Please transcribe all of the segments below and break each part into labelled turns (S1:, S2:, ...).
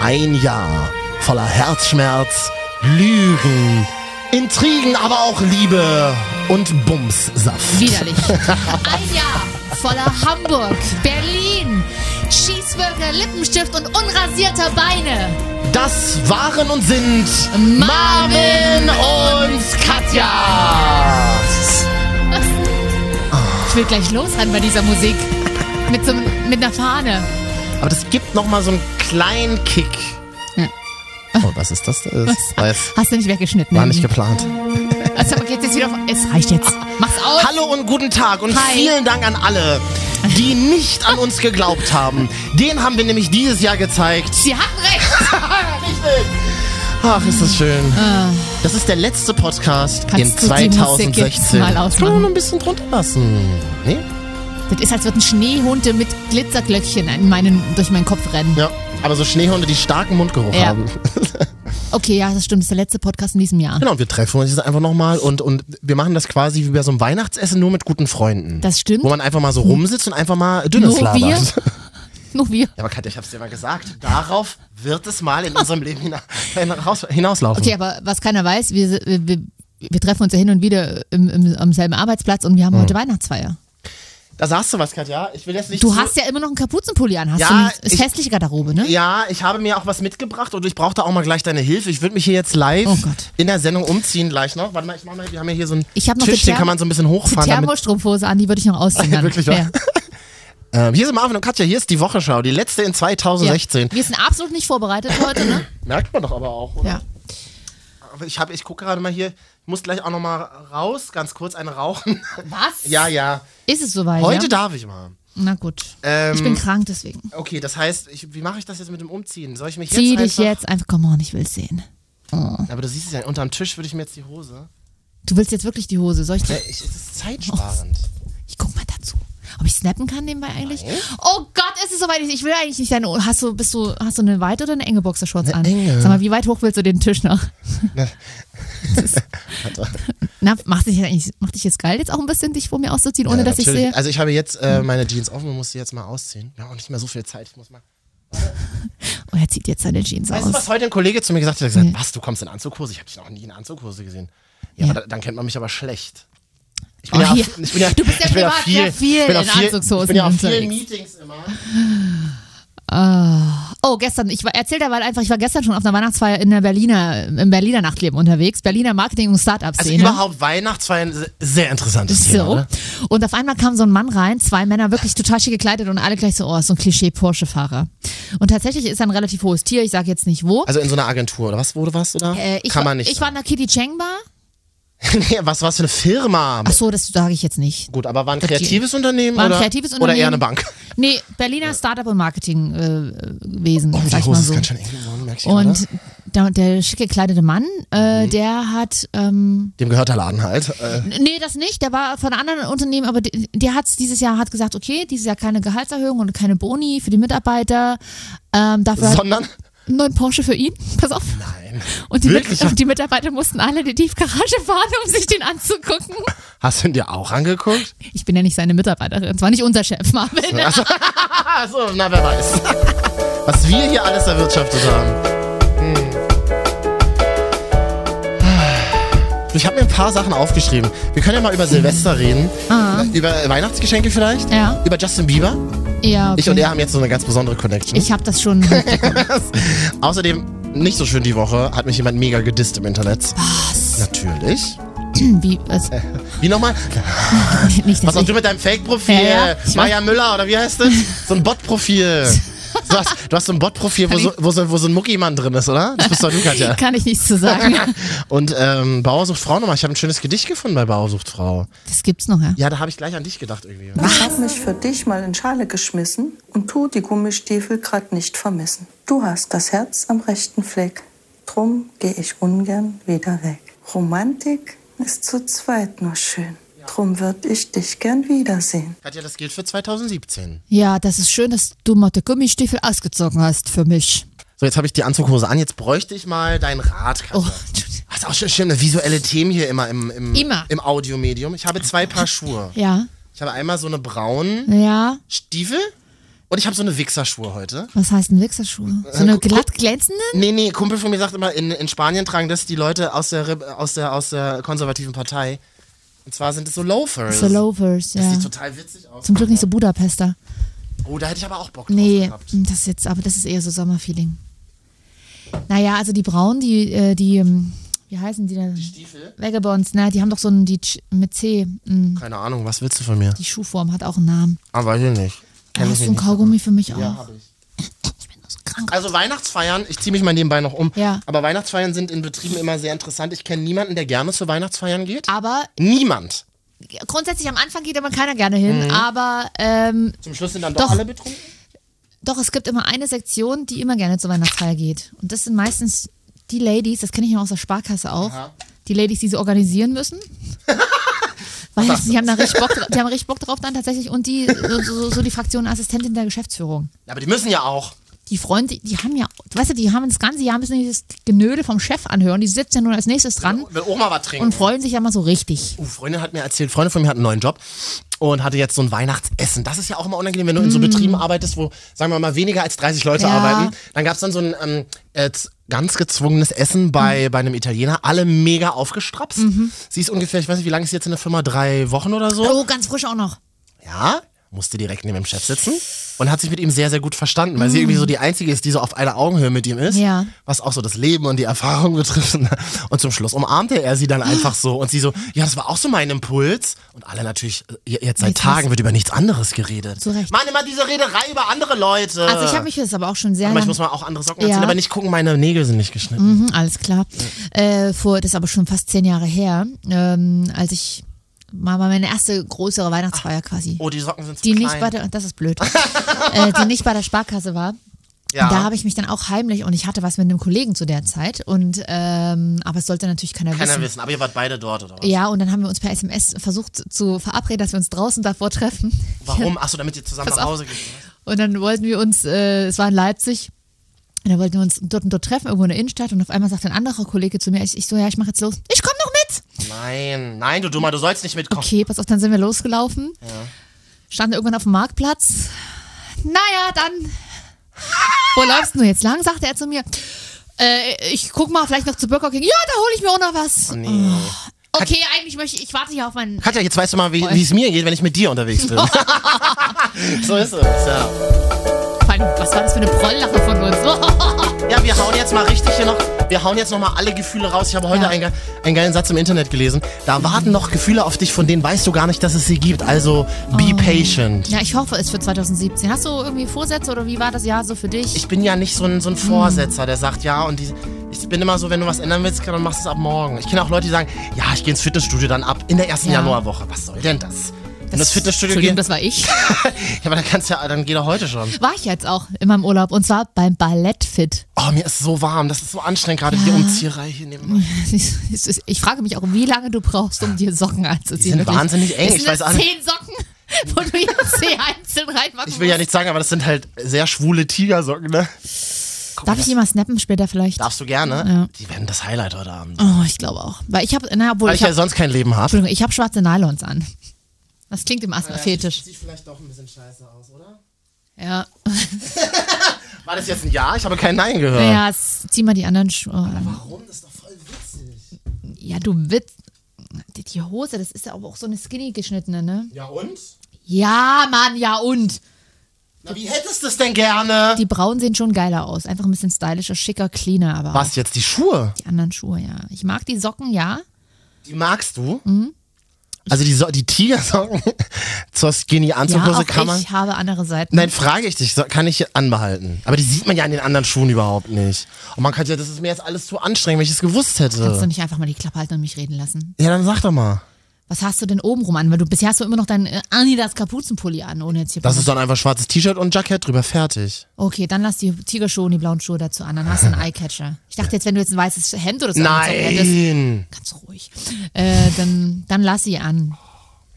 S1: Ein Jahr voller Herzschmerz, Lügen, Intrigen, aber auch Liebe und Bumssaft.
S2: Widerlich. Ein Jahr voller Hamburg, Berlin, Cheeseburger, Lippenstift und unrasierter Beine.
S1: Das waren und sind
S2: Marvin
S1: und Katja.
S2: Ich will gleich losrennen bei dieser Musik. Mit, so, mit einer Fahne.
S1: Aber das gibt nochmal so einen kleinen Kick.
S2: Ja.
S1: Oh, was ist das? Das war, jetzt,
S2: Hast du nicht weggeschnitten?
S1: war nicht geplant.
S2: Also, aber geht's jetzt wieder auf. Es reicht jetzt. Mach's aus.
S1: Hallo und guten Tag und
S2: Hi.
S1: vielen Dank an alle, die nicht an uns geglaubt haben. Den haben wir nämlich dieses Jahr gezeigt.
S2: Sie hatten recht.
S1: Richtig. Ach, ist das schön. Das ist der letzte Podcast
S2: Ah. Kannst
S1: in
S2: du die Musik
S1: 2016.
S2: jetzt mal ausmachen?
S1: Kann man noch ein bisschen drunter lassen. Nee?
S2: Das ist, als würde ein Schneehunde mit Glitzerglöckchen in meinen, durch meinen Kopf rennen.
S1: Ja. Aber so Schneehunde, die starken Mundgeruch
S2: Ja.
S1: haben.
S2: Okay, ja, das stimmt. Das ist der letzte Podcast in diesem Jahr.
S1: Genau, und wir treffen uns jetzt einfach nochmal und, und wir machen das quasi wie bei so einem Weihnachtsessen nur mit guten Freunden.
S2: Das stimmt.
S1: Wo man einfach mal so rumsitzt und einfach mal dünnes
S2: Nur wir?
S1: labert.
S2: Nur wir.
S1: Ja, aber Katja, ich hab's dir mal gesagt. Darauf wird es mal in unserem Leben hina hinaus hinauslaufen.
S2: Okay, aber was keiner weiß, wir, wir, wir- wir treffen uns ja hin und wieder im, im, am selben Arbeitsplatz und wir
S1: Hm.
S2: haben heute Weihnachtsfeier.
S1: Da sagst du was, Katja. Ich will jetzt nicht.
S2: Du
S1: zu-
S2: hast ja immer noch einen Kapuzenpulli an. Hast
S1: Ja,
S2: du nicht? Ist
S1: ich-
S2: festliche Garderobe, ne?
S1: Ja, ich habe mir auch was mitgebracht und ich brauche da auch mal gleich deine Hilfe. Ich würde mich hier jetzt live
S2: Oh Gott.
S1: in der Sendung umziehen gleich noch. Warte mal, ich mach mal, wir haben ja hier so einen
S2: Ich hab noch
S1: Tisch,
S2: die
S1: den
S2: Therm-
S1: kann man so ein bisschen
S2: Die
S1: hochfahren. Damit,
S2: Thermosstrumpfhose an, die würde ich noch ausziehen. dann.
S1: Wirklich, wa? ähm, hier sind Marvin und Katja, hier ist die Wochenschau, die letzte in 2016.
S2: Ja. Wir sind absolut nicht vorbereitet heute, ne?
S1: Merkt man doch aber auch, oder?
S2: Ja.
S1: Aber ich, hab- ich gucke gerade mal hier, ich muss gleich auch noch mal raus, ganz kurz eine rauchen.
S2: Was?
S1: ja, ja.
S2: Ist es soweit?
S1: Heute
S2: ja?
S1: darf ich mal.
S2: Na gut.
S1: Ähm,
S2: ich bin krank deswegen.
S1: Okay, das heißt, ich, wie mache ich das jetzt mit dem Umziehen? Soll ich mich
S2: Zieh
S1: jetzt
S2: dich
S1: einfach...
S2: jetzt einfach. Come on, ich will's sehen.
S1: Aber du siehst es ja, unterm Tisch würde ich mir jetzt die Hose...
S2: Du willst jetzt wirklich die Hose. Soll ich
S1: Ja,
S2: dir.
S1: ich, es ist zeitsparend.
S2: Ich guck mal dazu. Ob ich snappen kann nebenbei eigentlich? Oh Gott, ist es soweit? Ich ich will eigentlich nicht deine. Hast du, bist du, hast du eine weite oder eine enge Boxershorts an?
S1: enge.
S2: Sag mal, wie weit hoch willst du den Tisch noch? Na, mach dich, eigentlich- mach dich jetzt geil, jetzt auch ein bisschen dich vor mir auszuziehen, ohne
S1: Ja,
S2: dass ich
S1: natürlich.
S2: sehe.
S1: Also ich habe jetzt äh, meine Jeans offen und muss sie jetzt mal ausziehen. Wir haben auch nicht mehr so viel Zeit. Ich muss mal.
S2: Oh, er zieht jetzt seine Jeans
S1: Weißt du, was
S2: aus.
S1: heute ein Kollege zu mir gesagt hat? Er hat gesagt,
S2: Nee.
S1: was, du kommst in Anzughose? Ich habe dich noch nie in Anzughose gesehen. Ja,
S2: Ja.
S1: Aber da, dann kennt man mich aber schlecht. Ich
S2: Oh, hier.
S1: ich bin ja,
S2: Du bist ja
S1: ich bin ja
S2: privat
S1: viel,
S2: sehr viel
S1: ich bin ja
S2: in
S1: viel,
S2: Anzugshosen
S1: Ich bin ja auf vielen
S2: unterwegs.
S1: Meetings immer.
S2: Oh, gestern, ich war, erzähl derweil einfach, ich war gestern schon auf einer Weihnachtsfeier in der Berliner, im Berliner Nachtleben unterwegs, Berliner Marketing- und
S1: Also
S2: Start-up-Szene.
S1: überhaupt Weihnachtsfeiern, se- sehr interessantes Thema.
S2: eh, ne? So.
S1: ne?
S2: Und auf einmal kam so ein Mann rein, zwei Männer wirklich total schick gekleidet und alle gleich so, oh, ist so ein Klischee-Porsche-Fahrer. Und tatsächlich ist er ein relativ hohes Tier, ich sage jetzt nicht wo.
S1: Also in so einer Agentur, oder was? Wo du warst, oder?
S2: Äh, ich
S1: Kann
S2: war-
S1: man nicht.
S2: Ich war in der Kitty Cheng Bar.
S1: nee, was war für eine Firma?
S2: Ach so, das sage ich jetzt nicht.
S1: Gut, aber war ein kreatives Unternehmen?
S2: War ein
S1: oder?
S2: kreatives
S1: Oder eher eine
S2: Unternehmen.
S1: Bank?
S2: Nee, Berliner Startup und Marketing äh, Wesen,
S1: Oh,
S2: sag
S1: die
S2: ich mal
S1: Hose ist
S2: so.
S1: ganz schön eng geworden, merkst du gerade?
S2: Und der, der schick gekleidete Mann,
S1: Mhm.
S2: äh, der hat, ähm,
S1: Dem gehört der Laden halt. Äh,
S2: nee, das nicht, der war von einem anderen Unternehmen, aber der, der hat dieses Jahr hat gesagt, okay, dieses Jahr keine Gehaltserhöhung und keine Boni für die Mitarbeiter, ähm, dafür hat
S1: sondern.
S2: einen neuen Porsche für ihn, pass auf.
S1: Nein.
S2: Und die,
S1: Wirklich?
S2: Mit und die Mitarbeiter mussten alle in die Tiefgarage fahren, um sich den anzugucken.
S1: Hast du ihn dir auch angeguckt?
S2: Ich bin ja nicht seine Mitarbeiterin, zwar nicht unser Chef, Marvin.
S1: Ah, so, na, wer weiß. Was wir hier alles erwirtschaftet haben. Hm. Hm. Ich habe mir ein paar Sachen aufgeschrieben. Wir können ja mal über Silvester reden. Äh,
S2: Ah.
S1: Über Weihnachtsgeschenke vielleicht.
S2: Ja.
S1: Über Justin Bieber.
S2: Ja, okay.
S1: Ich und er haben jetzt so eine ganz besondere Connection.
S2: Ich habe das schon.
S1: Außerdem, nicht so schön die Woche, hat mich jemand mega gedisst im Internet. Was? Natürlich.
S2: Wie, was,
S1: Wie nochmal?
S2: nicht,
S1: Was
S2: dass
S1: auch
S2: ich,
S1: du mit deinem Fake-Profil?
S2: Ja, ja, ich
S1: Maya Müller oder wie heißt das? So ein Bot-Profil. Du hast, du hast so ein Bot-Profil, wo, so, wo, so, wo so ein Muckimann drin ist, oder? Das bist doch du, Katja.
S2: kann ich nichts zu sagen.
S1: Und ähm, Bauer sucht Frau nochmal. Ich habe ein schönes Gedicht gefunden bei Bauer sucht Frau.
S2: Das gibt's noch, ja.
S1: Ja, da habe ich gleich an dich gedacht irgendwie.
S3: Ich hab mich für dich mal in Schale geschmissen und tu die Gummistiefel grad nicht vermissen. Du hast das Herz am rechten Fleck, drum geh ich ungern wieder weg. Romantik ist zu zweit nur schön, drum würd ich dich gern wiedersehen.
S1: Katja, das gilt für 2017.
S2: Ja, das ist schön, dass du mal die Gummistiefel ausgezogen hast für mich.
S1: So, jetzt habe ich die Anzughose an. Jetzt bräuchte ich mal deinen Rat, Katja.
S2: Oh, Entschuldigung.
S1: Das ist auch schon schön, visuelle Themen hier immer im, im,
S2: Immer.
S1: im Audiomedium. Ich habe zwei Paar Schuhe.
S2: ja,
S1: Ich habe einmal so eine braunen
S2: ja,
S1: Stiefel Und ich habe so eine Wichserschuhe heute.
S2: Was heißt ein Wichserschuhe?
S1: Äh,
S2: So eine glatt glänzende?
S1: Nee, nee, Kumpel von mir sagt immer, in, in Spanien tragen das die Leute aus der, Re- aus, der, aus der konservativen Partei. Und zwar sind es so Loafers.
S2: So Lovers,
S1: Das
S2: ja.
S1: sieht total witzig aus.
S2: Zum Glück nicht so Budapester.
S1: Oh, da hätte ich aber auch Bock drauf
S2: Nee,
S1: gehabt.
S2: das ist jetzt, aber das ist eher so Sommerfeeling. Naja, also die Braunen, die, äh, die, ähm, wie heißen die denn?
S1: Stiefel?
S2: Vagabonds, ne? Die haben doch so einen, die Ch- mit C, mh,
S1: Keine Ahnung, was willst du von mir?
S2: die Schuhform hat auch einen Namen.
S1: Aber hier nicht. Kenn ich
S2: Hast du
S1: hier
S2: ein
S1: nicht.
S2: Kaugummi für mich auch?
S1: Ja, hab ich.
S2: Ich bin doch so krank.
S1: Also Weihnachtsfeiern, ich ziehe mich mal nebenbei noch um,
S2: Ja.
S1: aber Weihnachtsfeiern sind in Betrieben immer sehr interessant. Ich kenne niemanden, der gerne zu Weihnachtsfeiern geht.
S2: Aber
S1: Niemand.
S2: grundsätzlich am Anfang geht immer keiner gerne hin,
S1: Mhm.
S2: aber ähm,
S1: Zum Schluss sind dann doch,
S2: Doch.
S1: alle betrunken.
S2: doch, es gibt immer eine Sektion, die immer gerne zur Weihnachtsfeier geht. Und das sind meistens die Ladies, das kenne ich noch aus der Sparkasse auch,
S1: Aha.
S2: die Ladies, die sie organisieren müssen. Weil die haben da richtig Bock, dra- die haben richtig Bock drauf dann tatsächlich und die so, so, so die Fraktion Assistentin der Geschäftsführung.
S1: Aber die müssen ja auch.
S2: Die Freunde, die haben ja, weißt du, die haben das ganze Jahr müssen die dieses Genöle vom Chef anhören. Die sitzen ja nun als nächstes dran
S1: Will Oma was trinken.
S2: und freuen sich ja mal so richtig.
S1: Uh, Freundin hat mir erzählt, Freundin von mir hat einen neuen Job und hatte jetzt so ein Weihnachtsessen. Das ist ja auch immer unangenehm, wenn du in so Betrieben arbeitest, wo, sagen wir mal, weniger als 30 Leute
S2: Ja.
S1: arbeiten. Dann gab es dann so ein ähm, äh, z- ganz gezwungenes Essen bei, bei einem Italiener. Alle mega aufgestrapst. Sie ist ungefähr, ich weiß nicht, wie lange ist sie jetzt in der Firma? Drei Wochen oder so?
S2: Oh, ganz frisch auch noch.
S1: Ja, musste direkt neben dem Chef sitzen und hat sich mit ihm sehr, sehr gut verstanden, weil sie irgendwie so die Einzige ist, die so auf einer Augenhöhe mit ihm ist,
S2: Ja.
S1: was auch so das Leben und die Erfahrung betrifft. ne? Und zum Schluss umarmte er sie dann einfach so und sie so, ja, das war auch so mein Impuls. Und alle natürlich, äh, jetzt seit
S2: Jetzt
S1: Tagen wird über nichts anderes geredet.
S2: Zu Recht.
S1: Mann, immer diese Rederei über andere Leute.
S2: Also ich habe mich für das aber auch schon sehr
S1: Äh. aber ich
S2: lang,
S1: muss mal auch andere Socken anziehen,
S2: Ja.
S1: aber nicht gucken, meine Nägel sind nicht geschnitten.
S2: Mhm, alles klar. Äh, vor, das ist aber schon fast zehn Jahre her, ähm, als ich mal mal meine erste größere Weihnachtsfeier quasi,
S1: Oh, die Socken sind zu
S2: die
S1: klein.
S2: nicht bei der, das ist blöd, äh, die nicht bei der Sparkasse war.
S1: ja.
S2: Da habe ich mich dann auch heimlich und ich hatte was mit einem Kollegen zu der Zeit und ähm, aber es sollte natürlich keiner,
S1: Keiner
S2: wissen.
S1: wissen, aber ihr wart beide dort, oder was?
S2: Ja, und dann haben wir uns per SMS versucht zu verabreden, dass wir uns draußen davor treffen.
S1: Warum? Achso, damit ihr zusammen
S2: Pass
S1: nach
S2: auf.
S1: Hause geht. oder was?
S2: Und dann wollten wir uns, äh, es war in Leipzig, und dann wollten wir uns dort und dort treffen, irgendwo in der Innenstadt. Und auf einmal sagt ein anderer Kollege zu mir, ich, ich so, ja, ich mache jetzt los. Ich komme noch mit!
S1: Nein, nein, du Dummer, du sollst nicht mitkommen.
S2: Okay, pass auf, dann sind wir losgelaufen. Standen irgendwann auf dem Marktplatz. Naja, dann. Wo läufst du jetzt lang? sagte er zu mir. Äh, ich guck mal vielleicht noch zu Burger King. Ja, da hole ich mir auch noch was. Oh.
S1: Nee.
S2: Okay, eigentlich möchte ich, ich warte hier auf meinen.
S1: Katja, jetzt weißt du mal, wie es mir geht, wenn ich mit dir unterwegs bin. so ist es. Ja.
S2: Mann, Was war das für eine Prolllache von uns?
S1: ja, wir hauen jetzt mal richtig hier noch. Wir hauen jetzt noch mal alle Gefühle raus. Ich habe heute
S2: Ja.
S1: einen, ge- einen geilen Satz im Internet gelesen. Da warten noch Gefühle auf dich, von denen weißt du gar nicht, dass es sie gibt. Also be patient.
S2: Ja, ich hoffe es für 2017. Hast du irgendwie Vorsätze oder wie war das Jahr so für dich?
S1: Ich bin ja nicht so ein, so ein Vorsetzer, der sagt, ja, und die, ich bin immer so, wenn du was ändern willst, dann machst du es ab morgen. Ich kenne auch Leute, die sagen, ja, ich gehe ins Fitnessstudio dann ab in der ersten
S2: Ja.
S1: Januarwoche. Was soll denn das? Wenn das Fitnessstudio
S2: Entschuldigung,
S1: geht,
S2: das war ich.
S1: ja, aber dann kannst du ja, dann geh doch heute schon.
S2: War ich jetzt auch in meinem Urlaub und zwar beim Ballettfit.
S1: Oh, mir ist so warm. Das ist so anstrengend gerade, die Umzieherei hier nebenan.
S2: Ich frage mich auch, wie lange du brauchst, um dir Socken anzuziehen.
S1: Die sind
S2: wirklich.
S1: wahnsinnig eng,
S2: Es
S1: ich
S2: sind
S1: weiß auch nicht.
S2: zehn Socken, wo du jetzt zehn einzeln reinmachen
S1: Ich will ja
S2: musst.
S1: nicht sagen, aber das sind halt sehr schwule Tigersocken, ne? Guck mal,
S2: Darf ich die mal snappen später vielleicht?
S1: Darfst du gerne? Die werden das Highlight heute Abend.
S2: Oh, ich glaube auch. Weil ich habe, na, obwohl
S1: Weil ich
S2: ich
S1: ja
S2: habe,
S1: sonst kein Leben habe.
S2: Entschuldigung, ich habe schwarze Nylons an. Das klingt im erstmal Äh, fetisch.
S1: Sieht vielleicht doch ein bisschen scheiße aus, oder?
S2: Ja.
S1: War das jetzt ein Ja? Ich habe kein Nein gehört.
S2: Ja, s- zieh mal die anderen Schuhe an.
S1: Warum? Das ist doch voll witzig.
S2: Ja, du Witz. Die, die Hose, das ist ja aber auch so eine skinny geschnittene, ne?
S1: Ja und?
S2: Ja, Mann, ja und.
S1: Na, wie hättest du es denn gerne?
S2: Die braunen sehen schon geiler aus. Einfach ein bisschen stylischer, schicker, cleaner, aber auch
S1: Was, jetzt die Schuhe?
S2: die anderen Schuhe, ja. Ich mag die Socken, ja.
S1: Die magst du?
S2: Mhm.
S1: Also die, so die Tigersocken zur
S2: Ja,
S1: Skinny-Anzughose
S2: auch
S1: kann man...
S2: ich habe andere Seiten.
S1: Nein, frage ich dich, so- kann ich anbehalten? Aber die sieht man ja an den anderen Schuhen überhaupt nicht. Und man kann ja, das ist mir jetzt alles zu anstrengend, wenn ich es gewusst
S2: Kannst du
S1: hätte.
S2: nicht einfach mal die Klappe halten und mich reden lassen?
S1: Ja, dann sag doch mal.
S2: Was hast du denn oben rum an? Weil du bisher hast du immer noch deinen äh, Anidas Kapuzenpulli an, ohne jetzt hier.
S1: Das ist dann einfach schwarzes T-Shirt und Jackett drüber, fertig.
S2: okay, dann lass die Tigerschuhe und die blauen Schuhe dazu an. Dann hast du einen Eyecatcher. Ich dachte jetzt, wenn du jetzt ein weißes Hemd oder so angezogen hättest,
S1: Nein!
S2: ganz ruhig. Äh, dann, dann lass sie an.
S1: Mir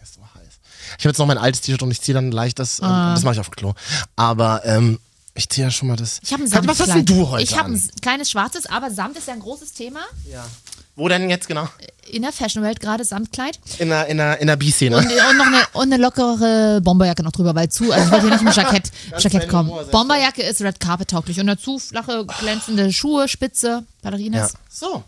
S1: ist so heiß. Ich habe jetzt noch mein altes T-Shirt und ich ziehe dann leicht das, ähm,
S2: Ah.
S1: das mache ich auf dem Klo. Aber ähm, ich ziehe ja schon mal das.
S2: Ich habe ein
S1: Katja, Was hast denn
S2: Samtkleid.
S1: du heute
S2: Ich habe
S1: an?
S2: ein kleines schwarzes, aber Samt ist ja ein großes Thema.
S1: Ja. Wo denn jetzt genau?
S2: in der Fashionwelt gerade Samtkleid
S1: In der, in der, in der B-Szene.
S2: und, und noch eine, und eine lockere Bomberjacke noch drüber, weil zu, also ich will hier nicht mit Jackett,
S1: Ganz
S2: Jackett
S1: feine
S2: kommen.
S1: Humor, sehr
S2: Bomberjacke ist Red Carpet tauglich und dazu flache, glänzende Schuhe, spitze
S1: Ja.
S2: Ballerinas.
S1: So.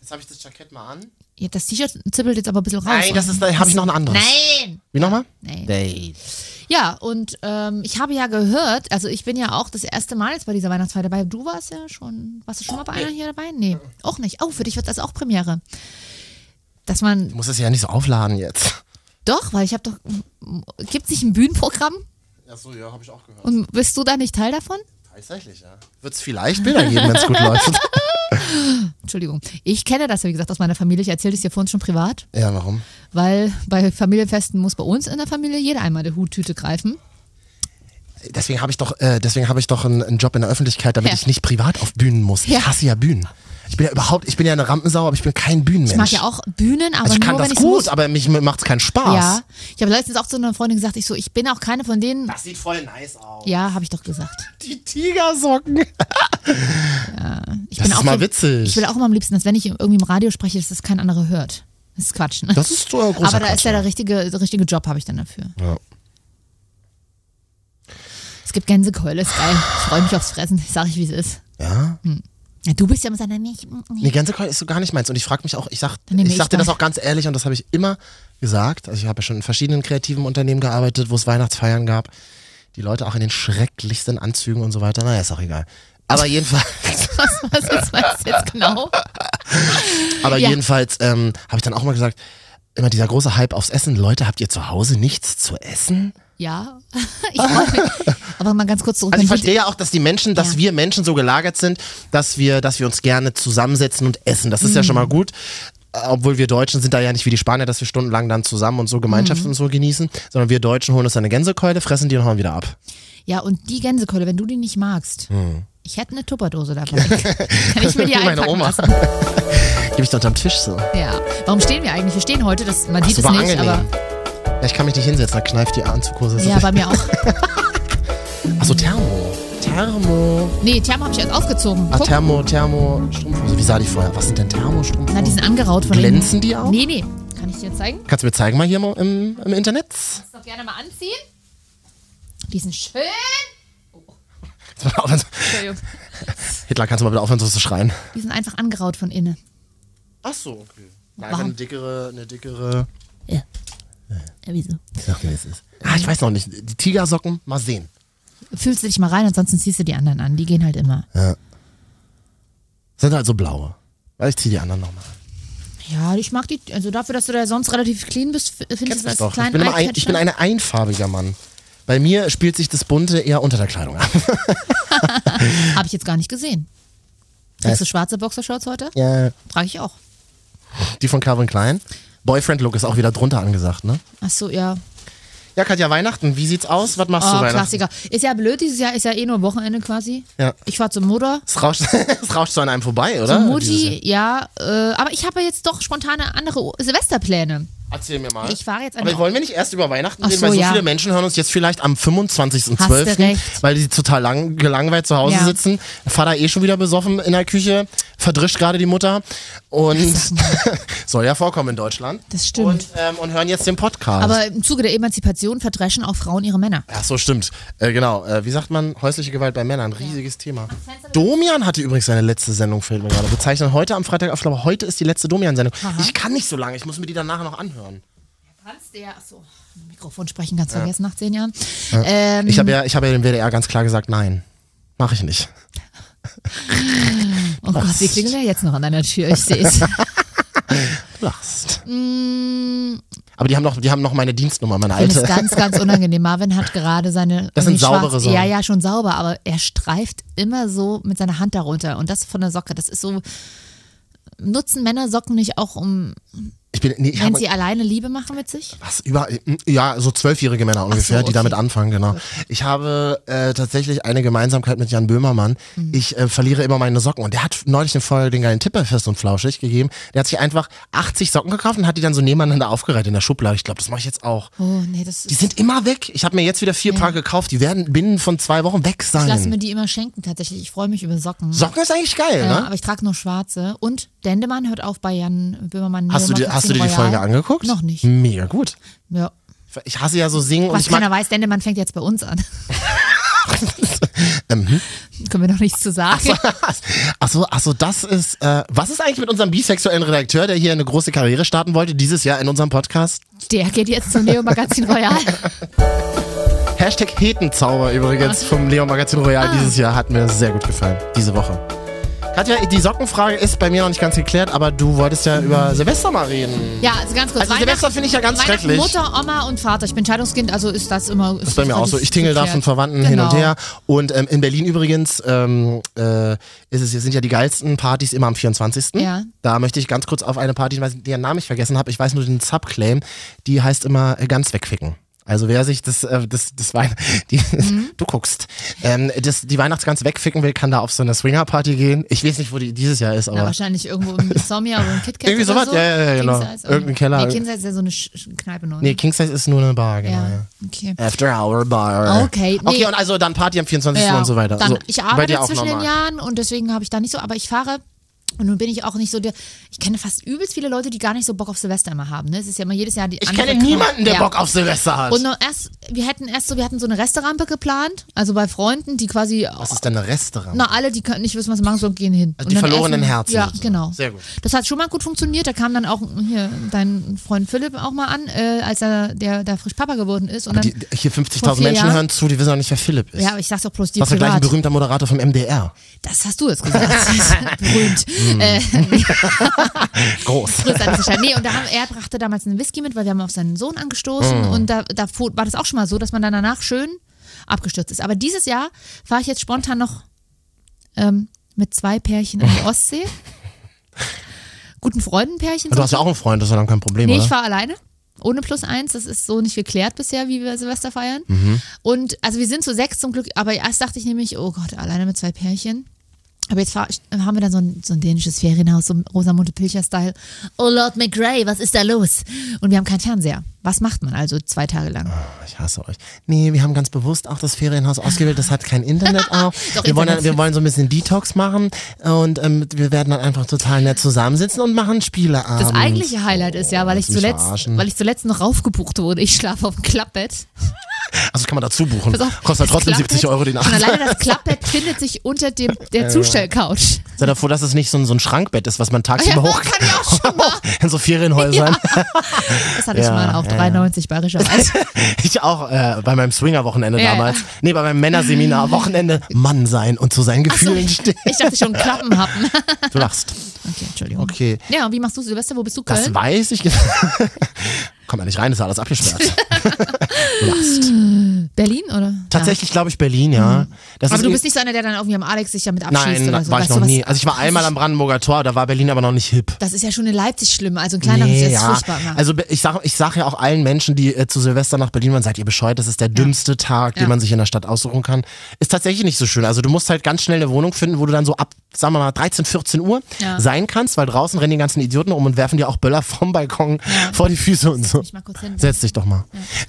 S1: Jetzt habe ich das Jackett mal an.
S2: Ja, das T-Shirt zippelt jetzt aber ein bisschen raus.
S1: Nein, das ist, da habe ich noch ein anderes.
S2: Nein!
S1: Wie nochmal?
S2: Nein.
S1: Nein.
S2: Ja, und ähm, ich habe ja gehört, also ich bin ja auch das erste Mal jetzt bei dieser Weihnachtsfeier dabei. Du warst ja schon, warst du schon mal bei einer hier dabei? Nee, auch nicht. Oh, für dich wird das auch Premiere. Dass man,
S1: Du musst es ja nicht so aufladen jetzt.
S2: doch, weil ich habe doch, gibt es nicht ein Bühnenprogramm
S1: Achso, ja, habe ich auch gehört.
S2: und bist du da nicht Teil davon?
S1: Tatsächlich, ja. Wird es vielleicht Bilder geben, wenn es gut läuft.
S2: Entschuldigung. Ich kenne das ja, wie gesagt, aus meiner Familie. Ich erzähle es dir vorhin schon privat,
S1: Ja, warum?
S2: weil bei Familienfesten muss bei uns in der Familie jeder einmal die Huttüte greifen.
S1: Deswegen habe ich doch, äh, deswegen habe ich doch einen, einen Job in der Öffentlichkeit, damit
S2: Ja.
S1: ich nicht privat auf Bühnen muss.
S2: Ja.
S1: Ich hasse ja Bühnen. Ich bin ja überhaupt, ich bin ja eine Rampensau, aber ich bin kein Bühnenmensch.
S2: Ich mag ja auch Bühnen, aber
S1: also ich
S2: nur
S1: kann
S2: wenn
S1: das
S2: ich
S1: gut,
S2: muss.
S1: aber mich macht es keinen Spaß.
S2: Ja. Ich habe letztens auch zu einer Freundin gesagt, ich so, ich bin auch keine von denen.
S1: Das sieht voll nice aus.
S2: Ja, habe ich doch gesagt.
S1: Die Tigersocken.
S2: Ich
S1: Das
S2: bin
S1: ist
S2: auch
S1: mal
S2: so-
S1: witzig.
S2: Ich will auch immer am liebsten, dass wenn ich irgendwie im Radio spreche, dass das kein anderer hört. Das ist Quatsch. Ne?
S1: Das ist so ein großer
S2: aber da
S1: Quatsch,
S2: ist ja der richtige, der richtige Job, habe ich dann dafür.
S1: Ja.
S2: Es gibt Gänsekeule, ist geil. Ich freue mich aufs Fressen, sage ich, wie es ist. Hm.
S1: Ja?
S2: Ja, du bist ja mit seiner nicht.
S1: Nee, ganze Keule ist so gar nicht meins. Und ich frage mich auch, ich sag,
S2: nehme
S1: ich
S2: ich
S1: sag dir
S2: mal.
S1: das auch ganz ehrlich und das habe ich immer gesagt. Also ich habe ja schon in verschiedenen kreativen Unternehmen gearbeitet, wo es Weihnachtsfeiern gab. Die Leute auch in den schrecklichsten Anzügen und so weiter. Naja, ist auch egal. Aber
S2: Also-
S1: jedenfalls.
S2: Was, was ist was jetzt genau?
S1: Aber
S2: Ja.
S1: jedenfalls ähm, habe ich dann auch mal gesagt, immer dieser große Hype aufs Essen. Leute, habt ihr zu Hause nichts zu essen?
S2: Ja. Ich freue mich. Aber mal ganz kurz zurück.
S1: Also ich
S2: Wenn
S1: verstehe ja auch, dass die Menschen, dass
S2: Ja.
S1: wir Menschen so gelagert sind, dass wir, dass wir uns gerne zusammensetzen und essen. Das ist ja schon
S2: Mhm.
S1: mal gut. Äh, Obwohl wir Deutschen sind da ja nicht wie die Spanier, dass wir stundenlang dann zusammen und so Gemeinschaft
S2: Mhm.
S1: und so genießen, sondern wir Deutschen holen uns dann eine Gänsekeule, fressen die und hauen wieder ab.
S2: ja, und die Gänsekeule, wenn du die nicht magst, ich hätte eine Tupperdose dabei. Kann ich mir die
S1: Wie Hm. meine
S2: einpacken
S1: Oma.
S2: lassen.
S1: Gebe ich da unterm Tisch so.
S2: Ja. Warum stehen wir eigentlich? Wir stehen heute, das, man sieht
S1: Das
S2: es
S1: war
S2: nicht,
S1: angenehm.
S2: aber.
S1: Ja, ich kann mich nicht hinsetzen, da kneift die Anzughose.
S2: Ja, bei mir auch.
S1: Achso, Thermo. Thermo.
S2: Nee, Thermo habe ich jetzt aufgezogen.
S1: Ah,
S2: Guck.
S1: Thermo, Thermo, Strumpfhose. Wie sah die vorher? Was sind denn Thermostrumpfhosen?
S2: Na, die sind angeraut von
S1: Glänzen die auch?
S2: Nee, nee. Kann ich dir zeigen?
S1: Kannst du mir zeigen mal hier mal im, im Internet?
S2: Kannst du doch gerne mal anziehen. Die sind schön.
S1: Jetzt mal aufhören zu-
S2: Entschuldigung.
S1: Hitler, kannst du mal bitte aufhören, so zu schreien?
S2: Die sind einfach angeraut von innen.
S1: Ach so, okay. Ja,
S2: Warum?
S1: eine dickere, eine dickere.
S2: Ja. Ja, wieso?
S1: Ich sag mir, es ist. Ah, ich weiß noch nicht. Die Tigersocken, mal sehen.
S2: Fühlst du dich mal rein, ansonsten ziehst du die anderen an. Die gehen halt immer.
S1: Sind halt so blaue. Weil ich zieh die anderen nochmal an.
S2: Ja, ich mag die. Also dafür, dass du da sonst relativ clean bist, f- finde ich
S1: Kennst mich
S2: das
S1: doch.
S2: als
S1: Ich
S2: kleinen
S1: bin, immer ein, ich bin
S2: Eyecatcher.
S1: ein einfarbiger Mann. Bei mir spielt sich das Bunte eher unter der Kleidung ab.
S2: Habe ich jetzt gar nicht gesehen. Trägst du schwarze Boxershorts heute?
S1: Ja.
S2: Trage ich auch.
S1: Die von Calvin Klein. Boyfriend-Look ist auch wieder drunter angesagt, ne?
S2: Ach so, ja.
S1: Ja, Katja, Weihnachten, wie sieht's aus? Was machst du
S2: Oh,
S1: Weihnachten?
S2: Klassiker. Ist ja blöd, dieses Jahr ist ja eh nur Wochenende quasi.
S1: Ja.
S2: Ich fahr zur Mutter.
S1: Es rauscht, es rauscht so an einem vorbei, oder?
S2: Zur
S1: Dieses Jahr.
S2: Mutti, ja. Äh, aber ich habe jetzt doch spontane andere O- Silvesterpläne.
S1: Erzähl mir mal.
S2: Ich fahre jetzt
S1: Aber
S2: einfach-
S1: wollen wir nicht erst über Weihnachten
S2: Ach
S1: reden,
S2: so,
S1: weil so
S2: ja.
S1: viele Menschen hören uns jetzt vielleicht am
S2: Hast
S1: 25.12.,
S2: du recht.
S1: weil die total lang, gelangweilt zu Hause
S2: Ja.
S1: sitzen. Vater eh schon wieder besoffen in der Küche, verdrischt gerade die Mutter und soll ja vorkommen in Deutschland.
S2: Das stimmt.
S1: Und, ähm, und hören jetzt den Podcast.
S2: Aber im Zuge der Emanzipation verdreschen auch Frauen ihre Männer.
S1: Ach so, stimmt. Äh, genau. Äh, wie sagt man, häusliche Gewalt bei Männern? Riesiges Thema. Domian hatte übrigens seine letzte Sendung, fällt mir gerade. Bezeichnet heute am Freitag auf, glaube heute ist die letzte Domian-Sendung. Ich kann nicht so lange, ich muss mir die dann nachher noch anhören.
S2: Kannst der, achso, Mikrofon sprechen ganz vergessen nach zehn Jahren. Ähm,
S1: Ich habe ja, ich habe ja dem WDR ganz klar gesagt, nein, mache ich nicht.
S2: oh Gott, wir klingeln ja jetzt noch an deiner Tür, ich sehe es.
S1: Lachst.
S2: Mm.
S1: Aber die haben noch, die haben noch meine Dienstnummer, meine
S2: finde
S1: alte.
S2: es ganz, ganz unangenehm. Marvin hat gerade seine.
S1: Das sind
S2: irgendwie schwarz-
S1: saubere Socken.
S2: Ja, ja, schon sauber, aber er streift immer so mit seiner Hand darunter und das von der Socke. Das ist so. Nutzen Männer Socken nicht auch, um
S1: Ich bin, nee, ich
S2: Wenn
S1: habe
S2: sie alleine Liebe machen mit sich?
S1: Was, über, ja, so zwölfjährige Männer ungefähr, die
S2: okay.
S1: damit anfangen, genau. Ich habe äh, tatsächlich eine Gemeinsamkeit mit Jan Böhmermann.
S2: Mhm.
S1: Ich äh, verliere immer meine Socken. Und der hat neulich den Folge den geilen Tipp bei Fest und Flauschig gegeben. Der hat sich einfach 80 Socken gekauft und hat die dann so nebeneinander aufgereiht in der Schublade. Ich glaube, das mache ich jetzt auch.
S2: Oh, nee, das
S1: Die
S2: ist.
S1: sind immer weg. Ich habe mir jetzt wieder vier Paar gekauft. Die werden binnen von zwei Wochen weg
S2: Ich lasse mir
S1: sein.
S2: die immer schenken, tatsächlich. Ich freue mich über Socken.
S1: Socken ist eigentlich geil,
S2: ja,
S1: ne?
S2: aber ich trage nur schwarze. Und Dendemann hört auf bei Jan Böhmermann.
S1: Hast du,
S2: Neoma
S1: dir, hast du dir
S2: Casino
S1: die Folge
S2: Royale.
S1: angeguckt?
S2: Noch nicht.
S1: Mega gut.
S2: Ja.
S1: Ich hasse ja so singen und
S2: Was
S1: Oh, ich mag
S2: keiner weiß, Dendemann fängt jetzt bei uns an.
S1: Ähm, hm?
S2: Können wir noch nichts zu sagen.
S1: Achso, achso, das ist. Äh, was ist eigentlich mit unserem bisexuellen Redakteur, der hier eine große Karriere starten wollte, dieses Jahr in unserem Podcast?
S2: Der geht jetzt zum Neo Magazin Royal.
S1: Hashtag Hetenzauber übrigens vom Leo Magazin
S2: Ah.
S1: Royal dieses Jahr hat mir sehr gut gefallen. Diese Woche. Katja, die Sockenfrage ist bei mir noch nicht ganz geklärt, aber du wolltest ja über Silvester mal reden.
S2: Ja, also ganz kurz.
S1: Also Silvester finde ich ja ganz
S2: Weihnachten,
S1: schrecklich.
S2: Mutter, Oma und Vater. Ich bin Scheidungskind, also ist das immer.
S1: Das ist bei mir auch so. Ich tingle da von Verwandten hin
S2: Genau.
S1: und her. Und ähm, in Berlin übrigens ähm, äh, ist es, sind ja die geilsten Partys immer am 24.
S2: Ja.
S1: Da möchte ich ganz kurz auf eine Party hinweisen, deren Namen ich vergessen habe. Ich weiß nur den Subclaim. Die heißt immer äh, ganz wegficken. Also wer sich das, äh, das, das Wein, die,
S2: Mhm.
S1: du guckst, ähm, das, die Weihnachtsgans wegficken will, kann da auf so eine Swinger-Party gehen. Ich weiß nicht, wo die dieses Jahr ist,
S2: Na,
S1: aber
S2: wahrscheinlich irgendwo im Sommer oder im KitKat.
S1: Irgendwie
S2: oder
S1: sowas?
S2: so.
S1: Ja, ja, ja, genau.
S2: Kingsize oder-
S1: Irgendein Keller.
S2: Nee, Kingsize ist ja so eine Sch Sch- Kneipe neu.
S1: nee, Kingsize ist nur eine Bar, genau.
S2: ja.
S1: Ja.
S2: Okay.
S1: After Hour Bar.
S2: Okay, nee.
S1: Okay, und also dann Party am 24.
S2: Ja,
S1: und so weiter.
S2: Dann,
S1: so,
S2: ich
S1: bei
S2: arbeite
S1: dir auch
S2: zwischen den
S1: normal.
S2: Jahren und deswegen habe ich da nicht so, aber ich fahre. Und nun bin ich auch nicht so der. Ich kenne fast übelst viele Leute, die gar nicht so Bock auf Silvester immer haben. Ne? Es ist ja immer jedes Jahr die
S1: Ich
S2: andere
S1: kenne
S2: Kram-
S1: niemanden, der
S2: Ja.
S1: Bock auf Silvester hat.
S2: Und noch erst, wir hätten erst so, wir hatten so eine Resterampe geplant, also bei Freunden, die quasi
S1: was ist denn ein Restaurant?
S2: Na, alle, die können nicht wissen, was sie machen, sollen, gehen hin.
S1: Also
S2: Und
S1: die
S2: dann
S1: verlorenen Herzen
S2: Ja,
S1: sozusagen.
S2: genau.
S1: Sehr gut.
S2: Das hat schon mal gut funktioniert. Da kam dann auch hm, hier dein Freund Philipp auch mal an, äh, als er der, der frisch Papa geworden ist. Und dann,
S1: die, äh, hier
S2: Vor
S1: 50.000
S2: vier
S1: Menschen
S2: Jahren.
S1: hören zu, die wissen auch nicht, wer Philipp ist.
S2: ja, aber ich sag's doch bloß die
S1: was wir gleich ein
S2: privat.
S1: berühmter Moderator vom MDR.
S2: Das hast du jetzt gesagt. Berühmt.
S1: Hm.
S2: Äh,
S1: Groß.
S2: Fritz an dieser Stelle. nee, und da haben, er brachte damals einen Whisky mit, weil wir haben auf seinen Sohn angestoßen
S1: Hm.
S2: und da, da fu- war das auch schon mal so, dass man dann danach schön abgestürzt ist. Aber dieses Jahr fahre ich jetzt spontan noch ähm, mit zwei Pärchen an die Ostsee. Guten Freunden-Pärchen.
S1: Du Also
S2: so.
S1: hast ja auch einen Freund, das ist ja dann kein Problem,
S2: Nee,
S1: oder?
S2: ich fahre alleine. Ohne plus eins, das ist so nicht geklärt bisher, wie wir Silvester feiern.
S1: Mhm.
S2: Und also wir sind zu sechs zum Glück, aber erst dachte ich nämlich, oh Gott, alleine mit zwei Pärchen. Aber jetzt fahr, äh, haben wir dann so ein, so ein dänisches Ferienhaus, so ein Rosamunde Pilcher-Style. Oh Lord McRae, was ist da los? Und wir haben keinen Fernseher. Was macht man also zwei Tage lang?
S1: Ich hasse euch. Nee, wir haben ganz bewusst auch das Ferienhaus ausgewählt. Das hat kein Internet auch.
S2: Doch,
S1: wir, wollen dann,
S2: Internet.
S1: wir wollen so ein bisschen Detox machen und ähm, wir werden dann einfach total nett zusammensitzen und machen Spieleabend.
S2: Das eigentliche Highlight ist ja, weil
S1: willst
S2: ich
S1: du mich
S2: zuletzt,
S1: verarschen?
S2: weil ich zuletzt noch raufgebucht wurde. Ich schlafe auf dem Klappbett.
S1: Also kann man dazu buchen.
S2: Pass auf,
S1: Kostet
S2: das
S1: trotzdem
S2: Klappbett-
S1: 70 Euro die Nacht.
S2: Schon alleine das Klappbett findet sich unter dem, der Zustellcouch.
S1: Sei doch froh, dass es nicht so ein, so ein Schrankbett ist, was man tagsüber
S2: Ja,
S1: hoch
S2: kann ich auch schon mal.
S1: in so Ferienhäusern.
S2: Das hatte ich
S1: Ja,
S2: mal auf
S1: ja, ja.
S2: 93 bayerischer Wald.
S1: Ich auch äh, bei meinem Swinger-Wochenende
S2: Ja,
S1: damals.
S2: ja.
S1: Nee, bei meinem Männerseminar Wochenende Mann sein und zu seinen Gefühlen stehen.
S2: Ich dachte schon Klappenhappen.
S1: Du lachst.
S2: Okay, Entschuldigung.
S1: Okay.
S2: Ja, und wie machst du Silvester? Wo bist du,
S1: Das
S2: Köln?
S1: weiß ich. Kommt ja nicht rein, ist ja alles abgesperrt.
S2: Berlin, oder?
S1: Tatsächlich glaube ich Berlin, ja. Das
S2: Ja. Mhm. Aber
S1: ist
S2: du bist nicht so einer, der dann irgendwie am Alex sich damit abschießt
S1: Nein,
S2: oder so.
S1: war ich
S2: weißt
S1: noch
S2: du, was-
S1: nie. Also ich war einmal am Brandenburger Tor, da war Berlin aber noch nicht hip.
S2: Das ist ja schon in Leipzig schlimm. Also ein kleineres ist
S1: ja.
S2: furchtbar. immer.
S1: Also ich sage ich sag ja auch allen Menschen, die äh, zu Silvester nach Berlin waren, seid ihr bescheuert, das ist der dümmste Tag,
S2: Ja.
S1: den man sich in der Stadt aussuchen kann. Ist tatsächlich nicht so schön. Also du musst halt ganz schnell eine Wohnung finden, wo du dann so ab, sagen wir mal, 13, 14 Uhr
S2: Ja.
S1: sein kannst, weil draußen rennen die ganzen Idioten um und werfen dir auch Böller vom Balkon vor die Füße und so.
S2: mich mal kurz hin.
S1: Setz dich doch mal.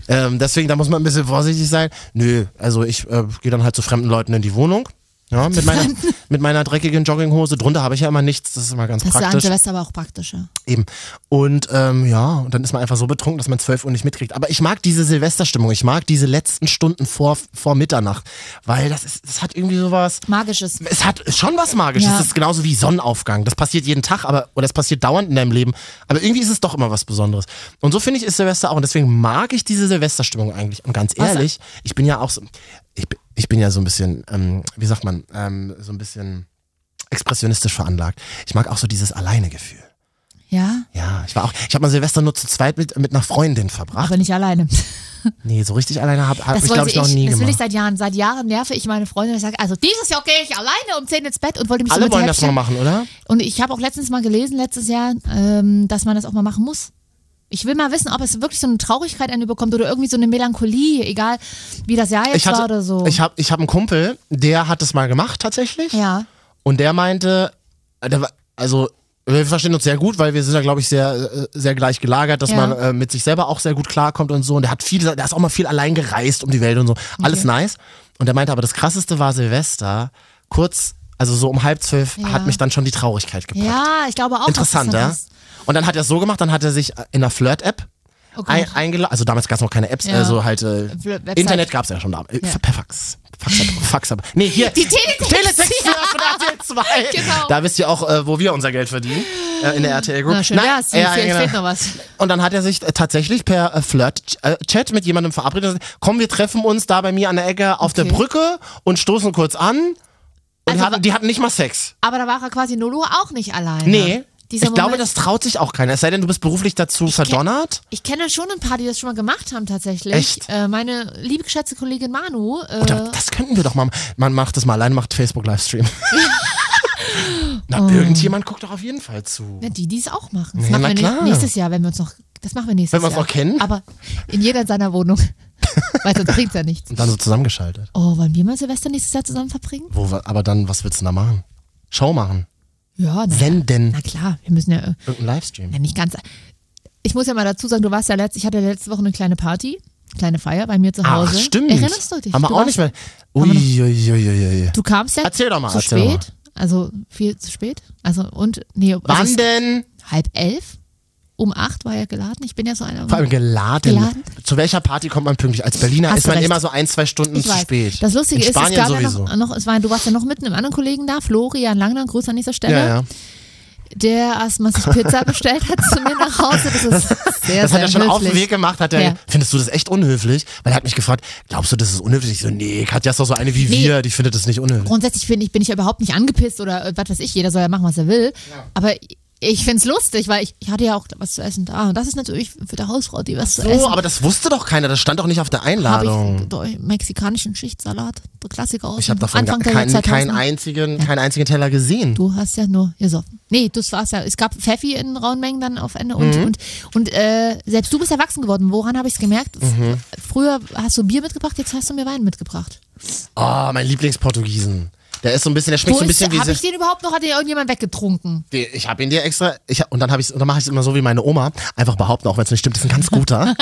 S1: Ähm, deswegen, da muss man ein bisschen vorsichtig sein. Nö, also ich äh, gehe dann halt zu fremden Leuten in die Wohnung. Ja, mit meiner, mit meiner dreckigen Jogginghose. Drunter habe ich ja immer nichts. Das ist immer ganz
S2: das ist ja an
S1: praktisch.
S2: Silvester aber auch praktischer.
S1: Eben. Und ähm, ja, und dann ist man einfach so betrunken, dass man 12 Uhr nicht mitkriegt. Aber ich mag diese Silvesterstimmung. Ich mag diese letzten Stunden vor, vor Mitternacht. Weil das, ist, das hat irgendwie sowas.
S2: Magisches.
S1: Es hat schon was Magisches.
S2: Ja.
S1: Es ist genauso wie Sonnenaufgang. Das passiert jeden Tag, aber oder es passiert dauernd in deinem Leben. Aber irgendwie ist es doch immer was Besonderes. Und so finde ich ist Silvester auch. Und deswegen mag ich diese Silvesterstimmung eigentlich. Und ganz ehrlich, ich bin ja auch so, ich, bin- ich bin ja so ein bisschen, ähm, wie sagt man, ähm, so ein bisschen expressionistisch veranlagt. Ich mag auch so dieses Alleine-Gefühl.
S2: Ja?
S1: Ja, ich war auch. Ich habe mal Silvester nur zu zweit mit, mit einer Freundin verbracht.
S2: Aber nicht alleine.
S1: Nee, so richtig alleine habe hab
S2: Das
S1: ich,
S2: wollte
S1: glaube ich, noch nie
S2: Das
S1: gemacht.
S2: will ich seit Jahren. Seit Jahren nerve ich meine Freundin. Ich sage, also dieses Jahr gehe ich alleine um 10 ins Bett und wollte mich
S1: Alle
S2: so
S1: wollen das mal machen, oder?
S2: Und ich habe auch letztens mal gelesen, letztes Jahr, ähm, dass man das auch mal machen muss. Ich will mal wissen, ob es wirklich so eine Traurigkeit einen überkommt oder irgendwie so eine Melancholie, egal wie das Jahr jetzt
S1: Ich hatte,
S2: war oder so.
S1: ich habe ich hab einen Kumpel, der hat das mal gemacht tatsächlich.
S2: ja.
S1: Und der meinte, äh, der, war- also wir verstehen uns sehr gut, weil wir sind da, glaube ich, sehr, äh, sehr gleich gelagert, dass
S2: Ja.
S1: man äh, mit sich selber auch sehr gut klarkommt und so. Und der hat viel, der ist auch mal viel allein gereist um die Welt und so. Alles nice. Und der meinte aber, das krasseste war Silvester. Kurz, also so um halb zwölf,
S2: Ja.
S1: hat mich dann schon die Traurigkeit gepackt.
S2: ja, ich glaube auch. dass das
S1: Interessant,
S2: dann
S1: ja?
S2: ist.
S1: Und dann hat er es so gemacht, dann hat er sich in einer Flirt-App
S2: Oh Gott.
S1: ein, eingeladen. Also damals gab es noch keine Apps,
S2: Ja.
S1: also halt äh,
S2: Website.
S1: Internet gab es ja schon damals. Äh, Per Fax. Fax, ab- Fax ab. Nee, hier.
S2: Die Teletext.
S1: Teletext
S2: Ja.
S1: von RTL 2.
S2: Genau.
S1: Da wisst ihr auch, äh, wo wir unser Geld verdienen. Äh, in der RTL Group.
S2: Na, schön
S1: Nein,
S2: wär's.
S1: ja,
S2: Fehlt-
S1: genau.
S2: fehlt noch was.
S1: Und dann hat er sich äh, tatsächlich per äh, Flirt-Chat mit jemandem verabredet. Komm, wir treffen uns da bei mir an der Ecke auf der
S2: Okay.
S1: Brücke und stoßen kurz an. Und
S2: Also,
S1: hatten, die hatten nicht mal Sex.
S2: Aber da war er quasi Nolo auch nicht alleine.
S1: Nee.
S2: Dieser
S1: ich glaube,
S2: Moment-
S1: das traut sich auch keiner. Es sei denn, du bist beruflich dazu verdonnert.
S2: Ich kenne schon ein paar, die das schon mal gemacht haben tatsächlich.
S1: Echt? Oh,
S2: Äh, meine liebe geschätzte Kollegin Manu. Äh,
S1: Da- Das könnten wir doch mal. Man macht das mal allein, macht Facebook-Livestream. Na,
S2: Oh.
S1: irgendjemand guckt doch auf jeden Fall zu.
S2: na, die, die es auch machen.
S1: Ja,
S2: Das machen
S1: na
S2: wir
S1: klar.
S2: nä- nächstes Jahr, wenn wir uns noch. Das machen wir nächstes
S1: Wenn wir uns
S2: Jahr.
S1: noch kennen?
S2: Aber in jeder seiner Wohnung. Weil sonst bringt ja nichts.
S1: Und dann so zusammengeschaltet.
S2: Oh, wollen wir mal Silvester nächstes Jahr zusammen verbringen?
S1: Wo, wir- aber dann, was willst du denn da machen? Show machen.
S2: Ja, na,
S1: Senden.
S2: na klar, wir müssen ja, äh,
S1: Irgendein Livestream.
S2: na nicht ganz. Ich muss ja mal dazu sagen, du warst ja letzt, ich hatte letzte Woche eine kleine Party, kleine Feier bei mir zu Hause.
S1: Ach, stimmt.
S2: Erinnerst du dich?
S1: Haben wir
S2: du
S1: auch nicht
S2: warst-
S1: mehr. Uiuiuiui.
S2: Du kamst ja
S1: Erzähl doch mal,
S2: zu
S1: erzähl doch
S2: spät, also viel zu spät. Also und nee, also
S1: Wann
S2: es-
S1: denn?
S2: halb elf. Um acht war ja geladen. Ich bin ja so einer.
S1: Vor allem geladen.
S2: Geladen?
S1: Zu welcher Party kommt man pünktlich? Als Berliner
S2: Hast
S1: ist
S2: du
S1: man
S2: recht.
S1: immer so ein, zwei Stunden
S2: ich
S1: zu
S2: weiß.
S1: spät.
S2: Das
S1: In
S2: Lustige ist, es
S1: Spanien
S2: gab
S1: sowieso.
S2: ja noch, noch es war, du warst ja noch mit einem anderen Kollegen da, Florian Langner, Gruß an dieser Stelle,
S1: ja, ja.
S2: der erstmal sich Pizza bestellt hat zu mir nach Hause. Das ist sehr,
S1: Das
S2: sehr
S1: hat er schon
S2: höflich.
S1: auf den Weg gemacht, hat er,
S2: Ja.
S1: findest du das echt unhöflich? Weil er hat mich gefragt, glaubst du, das ist unhöflich? Ich so, nee, Katja ist doch so eine wie
S2: Nee.
S1: wir, die findet das nicht unhöflich.
S2: grundsätzlich finde ich, bin ich ja überhaupt nicht angepisst oder äh, was weiß ich, jeder soll ja machen, was er will. Aber ich finde es lustig, weil ich, ich hatte ja auch was zu essen da. Und das ist natürlich für die Hausfrau, die was zu essen.
S1: So, Oh, aber das wusste doch keiner, das stand doch nicht auf der
S2: habe ich
S1: Einladung.
S2: durch mexikanischen Schichtsalat, der Klassiker aus
S1: Ich habe
S2: dem
S1: davon
S2: Anfang
S1: gar
S2: der
S1: keinen,
S2: 2000.
S1: keinen, einzigen, keinen einzigen Teller gesehen.
S2: Du hast ja nur gesoffen. Nee, das war's ja. Es gab Pfeffi in rauen Mengen dann auf Ende
S1: Mhm.
S2: und, und, und äh, selbst du bist erwachsen geworden. Woran habe ich es gemerkt?
S1: Mhm.
S2: Früher hast du Bier mitgebracht, jetzt hast du mir Wein mitgebracht.
S1: Oh, mein Lieblingsportugiesen. Der ist so ein bisschen, der schmeckt
S2: Wo
S1: so ein
S2: ist,
S1: bisschen wie...
S2: habe
S1: se-
S2: ich den überhaupt noch? Hat den irgendjemand weggetrunken?
S1: Die- Ich habe ihn dir extra, ich, und dann, hab ich's- und dann mache ich es immer so wie meine Oma, einfach behaupten, auch wenn es nicht stimmt, das ist ein ganz guter.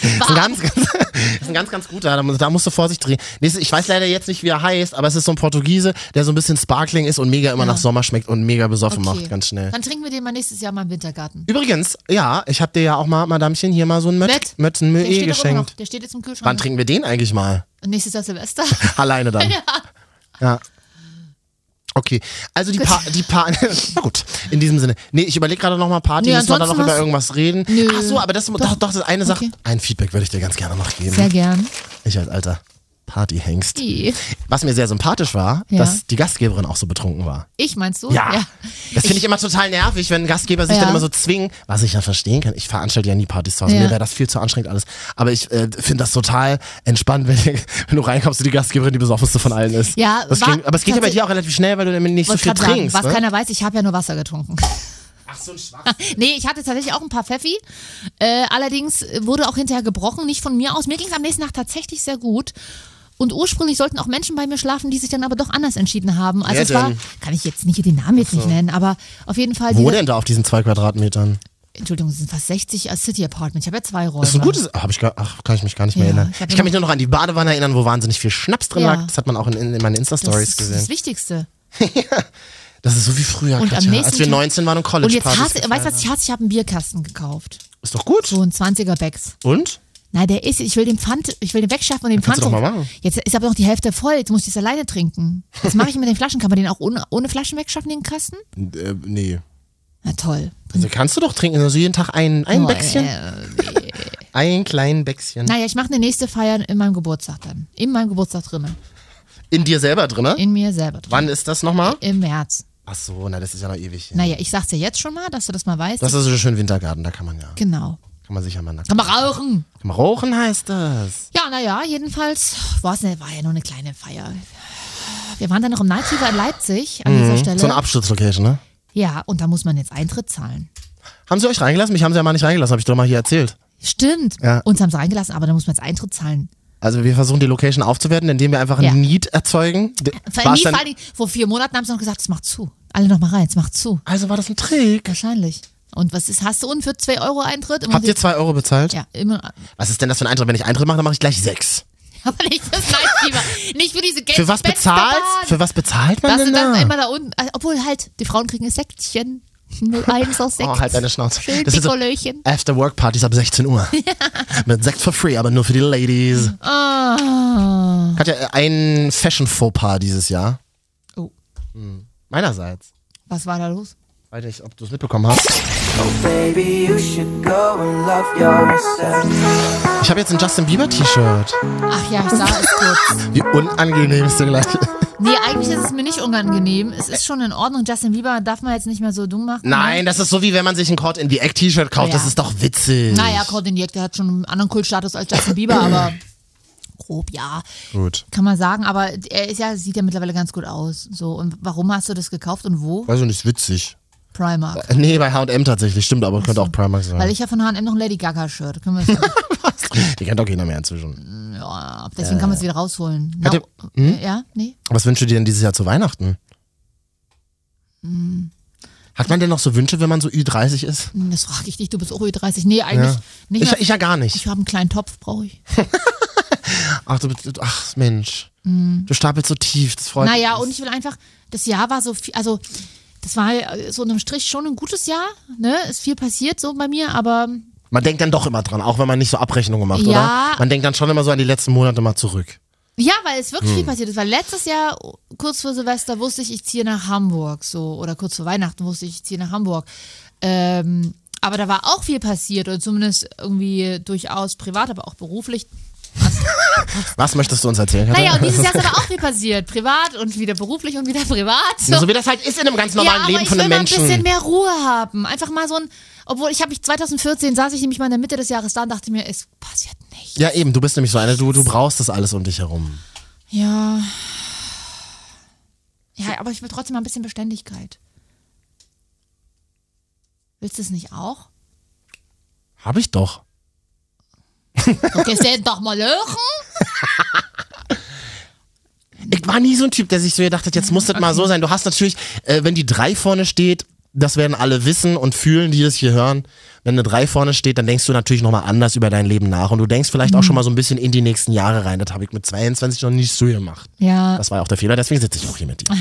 S1: ist, ein ganz, ganz, ist ein ganz, ganz guter, da, mu- da musst du Vorsicht drehen. Nächste, ich weiß leider jetzt nicht, wie er heißt, aber es ist so ein Portugiese, der so ein bisschen sparkling ist und mega immer nach Sommer schmeckt und mega besoffen
S2: Okay.
S1: macht, ganz schnell.
S2: Dann trinken wir den mal nächstes Jahr mal im Wintergarten.
S1: Übrigens, ja, ich habe dir ja auch mal, Madamchen, hier mal so ein
S2: Mett. Der
S1: Mötzenmüe
S2: steht doch immer noch.
S1: eh geschenkt.
S2: Der steht jetzt im Kühlschrank.
S1: Wann trinken wir den eigentlich mal?
S2: Nächstes Jahr Silvester.
S1: Alleine dann. Ja. Okay, also die paar, die paar, na gut, in diesem Sinne. Nee, ich überlege gerade nochmal Party,
S2: Nee,
S1: müssen wir da noch
S2: ansonsten
S1: über
S2: was-
S1: irgendwas reden?
S2: Nö.
S1: Ach so, aber das, doch, doch, das ist eine Sache,
S2: Okay.
S1: ein Feedback würde ich dir ganz gerne noch geben.
S2: Sehr gern.
S1: ich als alter Partyhengst.
S2: Die.
S1: Was mir sehr sympathisch war,
S2: Ja.
S1: dass die Gastgeberin auch so betrunken war.
S2: Ich meinst du?
S1: Ja. Das finde ich immer total nervig, wenn ein Gastgeber sich
S2: Ja.
S1: dann immer so zwingen, was ich ja verstehen kann. Ich veranstalte ja nie Partys zu Hause.
S2: Ja.
S1: Mir wäre das viel zu anstrengend alles. Aber ich äh, finde das total entspannt, wenn, wenn du reinkommst und die Gastgeberin die besoffenste von allen ist.
S2: Ja,
S1: das
S2: war-
S1: ging, aber es geht ja bei dir auch relativ schnell, weil du damit nicht so
S2: Wollte
S1: viel
S2: grad sagen,
S1: trinkst.
S2: was
S1: ne?
S2: keiner weiß, ich habe ja nur Wasser getrunken.
S1: Ach, so ein Schwachsinn.
S2: Nee, ich hatte tatsächlich auch ein paar Pfeffi. Äh, allerdings wurde auch hinterher gebrochen, nicht von mir aus. Mir ging es am nächsten Tag tatsächlich sehr gut. Und ursprünglich sollten auch Menschen bei mir schlafen, die sich dann aber doch anders entschieden haben. Also
S1: Wer
S2: es war,
S1: denn?
S2: kann ich jetzt nicht den Namen jetzt nicht nennen, aber auf jeden Fall.
S1: Wo
S2: diese-
S1: denn da auf diesen zwei Quadratmetern?
S2: Entschuldigung, es sind fast 60 als City Apartment. Ich habe ja zwei Räume.
S1: Das ist ein gutes. Hab ich gar, ach, kann ich mich gar nicht mehr
S2: Ja,
S1: erinnern.
S2: ich
S1: Ich,
S2: hab
S1: kann mich nur noch an die Badewanne erinnern, wo wahnsinnig viel Schnaps drin
S2: Ja.
S1: lag. Das hat man auch in, in, in meinen
S2: das
S1: Insta-Stories
S2: ist das
S1: gesehen.
S2: Wichtigste.
S1: Das ist so wie früher,
S2: Und am
S1: Katja,
S2: nächsten
S1: als wir
S2: Tag-
S1: 19 waren und
S2: Und
S1: college
S2: jetzt
S1: Partys
S2: hasse, weißt du,
S1: gefeiert
S2: was ich hasse? Ich habe einen Bierkasten gekauft.
S1: haben. Ist doch gut.
S2: So ein 20er Becks.
S1: Und?
S2: Nein, der ist, ich will den Pfand, ich will den wegschaffen und den Pfand.
S1: kannst du doch
S2: hoch-
S1: mal machen.
S2: Jetzt ist aber noch die Hälfte voll, jetzt muss ich es alleine trinken. Was mache ich mit den Flaschen? Kann man den auch ohne, ohne Flaschen wegschaffen, den Kasten?
S1: Äh, nee.
S2: Na toll. äh,
S1: Also kannst du doch trinken, also jeden Tag ein, ein Bäckchen. Ein kleinen Bäckchen.
S2: Naja, ich mache eine nächste Feier in meinem Geburtstag dann. In meinem Geburtstag drinnen.
S1: In dir selber drin, ne?
S2: In mir selber drin.
S1: Wann ist das nochmal?
S2: Im März.
S1: Ach so, na, das ist ja noch ewig. hin.
S2: Naja, ich sag's dir jetzt schon mal, dass du das mal weißt.
S1: Das ist so schön Wintergarten, da kann man ja.
S2: genau.
S1: Kann man sich ja mal nackt.
S2: Kann man rauchen.
S1: Kann man rauchen heißt das.
S2: Ja, naja, jedenfalls war's ne, war ja nur eine kleine Feier. Wir waren dann noch im Night Fever in Leipzig an dieser Stelle.
S1: Mhm. So eine Absturzlocation, ne?
S2: ja, und da muss man jetzt Eintritt zahlen.
S1: Haben sie euch reingelassen? Mich haben sie ja mal nicht reingelassen, habe ich doch mal hier erzählt.
S2: Stimmt.
S1: Ja.
S2: Uns haben sie reingelassen, aber da muss man jetzt Eintritt zahlen.
S1: Also wir versuchen die Location aufzuwerten, indem wir einfach ein
S2: Ja.
S1: Need erzeugen. D-
S2: Vor,
S1: war's
S2: nie,
S1: dann-
S2: vor, allen Dingen, vor vier Monaten haben sie noch gesagt, es macht zu. Alle noch mal rein, es macht zu.
S1: also war das ein Trick.
S2: Wahrscheinlich. Und was ist, hast du und für 2 Euro Eintritt? Immer
S1: Habt ihr
S2: die-
S1: zwei Euro bezahlt?
S2: Ja, immer.
S1: Was ist denn das für ein Eintritt? Wenn ich Eintritt mache, dann mache ich gleich sechs.
S2: Aber nicht fürs Night Fever. nicht für diese Geld.
S1: Für was bezahlt? Für was bezahlt man
S2: Das
S1: denn
S2: sind dann
S1: da?
S2: immer da unten. Also, obwohl halt, die Frauen kriegen ein Sektchen. 01 aus Sekt.
S1: Oh, halt deine Schnauze.
S2: Schön
S1: Das sind so
S2: Pikolöchen.
S1: After-Work-Partys ab 16 Uhr. Mit Sekt for free, aber nur für die Ladies.
S2: Oh. Ah.
S1: Hat ja ein Fashion-Faux-Pas dieses Jahr.
S2: Oh,
S1: Meinerseits.
S2: was war da los?
S1: Weiß nicht, ob du es mitbekommen hast.
S4: Baby, you should go and love yourself.
S1: Ich habe jetzt ein Justin Bieber-T-Shirt.
S2: Ach ja, ich sah es kurz.
S1: Wie unangenehm ist denn gleich.
S2: Nee, eigentlich ist es mir nicht unangenehm. Es ist schon in Ordnung. Justin Bieber darf man jetzt nicht mehr so dumm machen. ne?
S1: Nein, das ist so wie wenn man sich ein Caught in the Act-T-Shirt kauft.
S2: Ja.
S1: Das ist doch witzig.
S2: Naja, Cordin Jekte hat schon einen anderen Kultstatus als Justin Bieber, aber grob ja.
S1: Gut.
S2: Kann man sagen, aber er ist ja, sieht ja mittlerweile ganz gut aus. So, und warum hast du das gekauft und wo?
S1: Weiß ich nicht, witzig.
S2: Primark.
S1: Nee, bei H&M tatsächlich, stimmt, aber könnte auch Primark sein.
S2: Weil ich ja von H&M noch ein Lady Gaga-Shirt. Können wir es-
S1: Die kennt auch keiner mehr inzwischen.
S2: ja, Oh, deswegen kann man es wieder rausholen. Na,
S1: Hat hm? ihr-
S2: Ja, nee.
S1: Was wünschst du dir denn dieses Jahr zu Weihnachten?
S2: Hm.
S1: Hat man denn noch so Wünsche, wenn man so Ü30 ist?
S2: Das frage ich dich, du bist auch Ü30. Nee, eigentlich nicht.
S1: Ich,
S2: mehr.
S1: ich ja gar nicht.
S2: Ich habe einen kleinen Topf, brauche ich.
S1: Ach, du, bist- ach Mensch. Du stapelst so tief, das freut
S2: Hm. Naja,
S1: mich.
S2: und ich will einfach, das Jahr war so viel, also das war äh, so unterm Strich schon ein gutes Jahr, ne? Ist viel passiert so bei mir, aber
S1: Man denkt dann doch immer dran, auch wenn man nicht so Abrechnungen macht,
S2: Ja.
S1: oder? Man denkt dann schon immer so an die letzten Monate mal zurück.
S2: ja, weil es
S1: Hm.
S2: wirklich viel passiert ist. Weil letztes Jahr, kurz vor Silvester, wusste ich, ich ziehe nach Hamburg so, oder kurz vor Weihnachten wusste ich, ich ziehe nach Hamburg. Ähm, aber da war auch viel passiert, oder zumindest irgendwie durchaus privat, aber auch beruflich.
S1: Was möchtest du uns erzählen? Katja?
S2: Naja, und dieses Jahr ist aber auch viel passiert. Privat und wieder beruflich und wieder privat.
S1: Ja, so wie das halt ist in einem ganz normalen
S2: ja, aber
S1: Leben
S2: ich
S1: von
S2: will
S1: einem
S2: mal
S1: Menschen.
S2: ein bisschen mehr Ruhe haben. Einfach mal so ein, obwohl ich habe mich 2014 saß ich nämlich mal in der Mitte des Jahres da und dachte mir, es passiert nicht.
S1: ja, eben, du bist nämlich so eine, du, du brauchst das alles um dich herum.
S2: Ja. Ja, aber ich will trotzdem mal ein bisschen Beständigkeit. Willst du es nicht auch?
S1: Hab ich doch.
S2: Okay, stell doch mal hören.
S1: Ich war nie so ein Typ, der sich so gedacht hat, jetzt muss das mal so sein. Du hast natürlich, äh, wenn die drei vorne steht, das werden alle wissen und fühlen, die das hier hören. Wenn eine drei vorne steht, dann denkst du natürlich nochmal anders über dein Leben nach. Und du denkst vielleicht auch schon mal so ein bisschen in die nächsten Jahre rein. Das habe ich mit 22 noch nicht so gemacht.
S2: Ja.
S1: Das war ja auch der Fehler, deswegen sitze ich auch hier mit dir.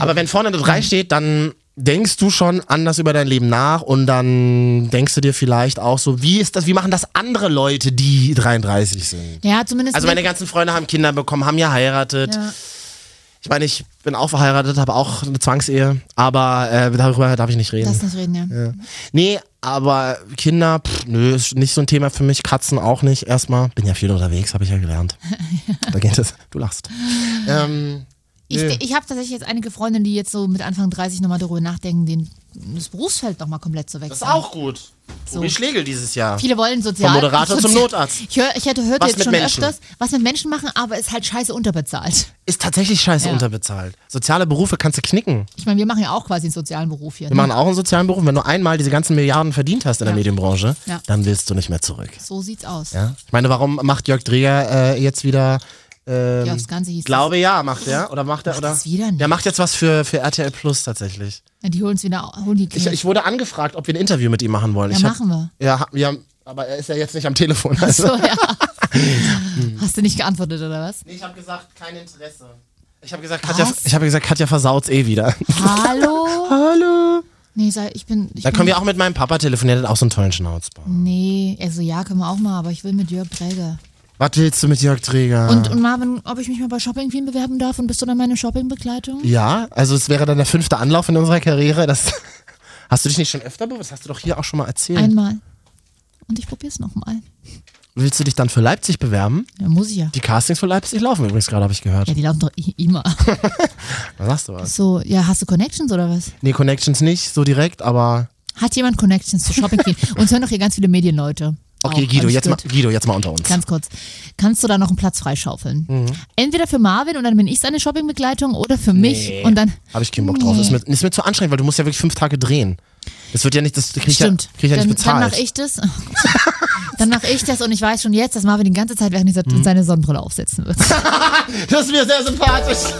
S1: Aber wenn vorne eine 3 steht, dann denkst du schon anders über dein Leben nach und dann denkst du dir vielleicht auch so, wie ist das, wie machen das andere Leute, die 33 sind?
S2: Ja, zumindest.
S1: Also meine ganzen Freunde haben Kinder bekommen, haben ja heiratet.
S2: Ja.
S1: Ich meine, ich bin auch verheiratet, habe auch eine Zwangsehe, aber äh, darüber darf ich nicht reden.
S2: Lass nicht reden, ja.
S1: Ja. Nee, aber Kinder, pff, nö, ist nicht so ein Thema für mich. Katzen auch nicht erstmal. Bin ja viel unterwegs, habe ich ja gelernt. Da geht es. Du lachst. Ähm,
S2: Ich,
S1: nö.
S2: ich habe tatsächlich jetzt einige Freundinnen, die jetzt so mit Anfang 30 nochmal darüber nachdenken, den, das Berufsfeld nochmal komplett zu wechseln.
S1: Das ist auch gut. Tobi Schlegel dieses Jahr.
S2: Viele wollen sozial.
S1: Vom Moderator zum
S2: sozial-
S1: Notarzt.
S2: Ich, hör, ich hätte gehört
S1: Was
S2: jetzt
S1: mit
S2: schon
S1: Menschen?
S2: öfters, was mit Menschen machen, aber ist halt scheiße unterbezahlt.
S1: Ist tatsächlich scheiße
S2: Ja.
S1: unterbezahlt. Soziale Berufe kannst du knicken.
S2: Ich meine, wir machen ja auch quasi einen sozialen Beruf hier.
S1: Wir
S2: Ne?
S1: machen auch einen sozialen Beruf. Wenn du einmal diese ganzen Milliarden verdient hast in der
S2: Ja.
S1: Medienbranche,
S2: Ja.
S1: dann willst du nicht mehr zurück.
S2: So sieht's aus.
S1: Ja? Ich meine, warum macht Jörg Dreger äh, jetzt wieder. Ähm,
S2: Ja, das Ganze hieß
S1: Glaube ja, macht er. Oder macht er. Oder?
S2: das wieder nicht.
S1: Der macht jetzt was für, für RTL Plus tatsächlich.
S2: Ja, Die holen es wieder, holen die
S1: Ich,
S2: Kinder.
S1: ich wurde angefragt, ob wir ein Interview mit ihm machen wollen.
S2: Ja,
S1: ich
S2: machen wir.
S1: Ja, hab, ja, aber er ist ja jetzt nicht am Telefon. Also.
S2: so, ja. Hast du nicht geantwortet, oder was?
S1: Nee, ich habe gesagt, kein Interesse. Ich habe gesagt, Katja, ich hab gesagt, Katja versaut's eh wieder.
S2: Hallo?
S1: Hallo.
S2: Nee, sei, ich bin. Ich
S1: Da
S2: bin
S1: können wir auch mit meinem Papa telefonieren, der hat auch so einen tollen Schnauzbart.
S2: Nee, also ja, können wir auch mal, aber ich will mit Jörg Träger.
S1: Was willst du mit Jörg Träger?
S2: Und, und Marvin, ob ich mich mal bei Shopping Queen bewerben darf und bist du dann meine Shopping-Begleitung?
S1: ja, also es wäre dann der fünfte Anlauf in unserer Karriere. Das hast du dich nicht schon öfter bewusst? Das hast du doch hier auch schon mal erzählt.
S2: Einmal. und ich probiere es nochmal.
S1: Willst du dich dann für Leipzig bewerben?
S2: Ja, muss ich ja.
S1: Die Castings für Leipzig laufen übrigens gerade, habe ich gehört.
S2: Ja, die laufen doch i- immer.
S1: Da sagst du was.
S2: So, ja, hast du Connections oder was?
S1: Nee, Connections nicht so direkt, aber.
S2: Hat jemand Connections zu Shopping Queen? Uns hören doch hier ganz viele Medienleute.
S1: Okay,
S2: Auch,
S1: Guido,
S2: hab ich
S1: jetzt mal,
S2: gehört.
S1: Guido, jetzt mal unter uns.
S2: Ganz kurz. Kannst du da noch einen Platz freischaufeln?
S1: Mhm.
S2: Entweder für Marvin und dann bin ich seine Shoppingbegleitung oder für mich und dann.
S1: Habe ich keinen Bock drauf. Ist, mir, ist mir zu anstrengend, weil du musst ja wirklich fünf Tage drehen. Das wird ja nicht, das krieg ich, ja,
S2: Stimmt.
S1: krieg ich ja
S2: dann
S1: nicht
S2: dann
S1: bezahlt.
S2: mache ich das. Oh dann mache ich das und ich weiß schon jetzt, dass Marvin die ganze Zeit während dieser
S1: Mhm.
S2: seine Sonnenbrille aufsetzen wird.
S1: Ah. Das ist mir sehr sympathisch.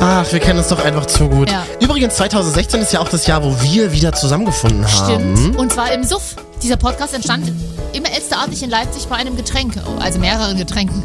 S1: Ach, wir kennen uns doch einfach zu gut.
S2: Ja.
S1: Übrigens, 2016 ist ja auch das Jahr, wo wir wieder zusammengefunden haben.
S2: Stimmt. Und zwar im Suff. Dieser Podcast entstand im Elsterartig in Leipzig bei einem Getränk, also mehreren Getränken.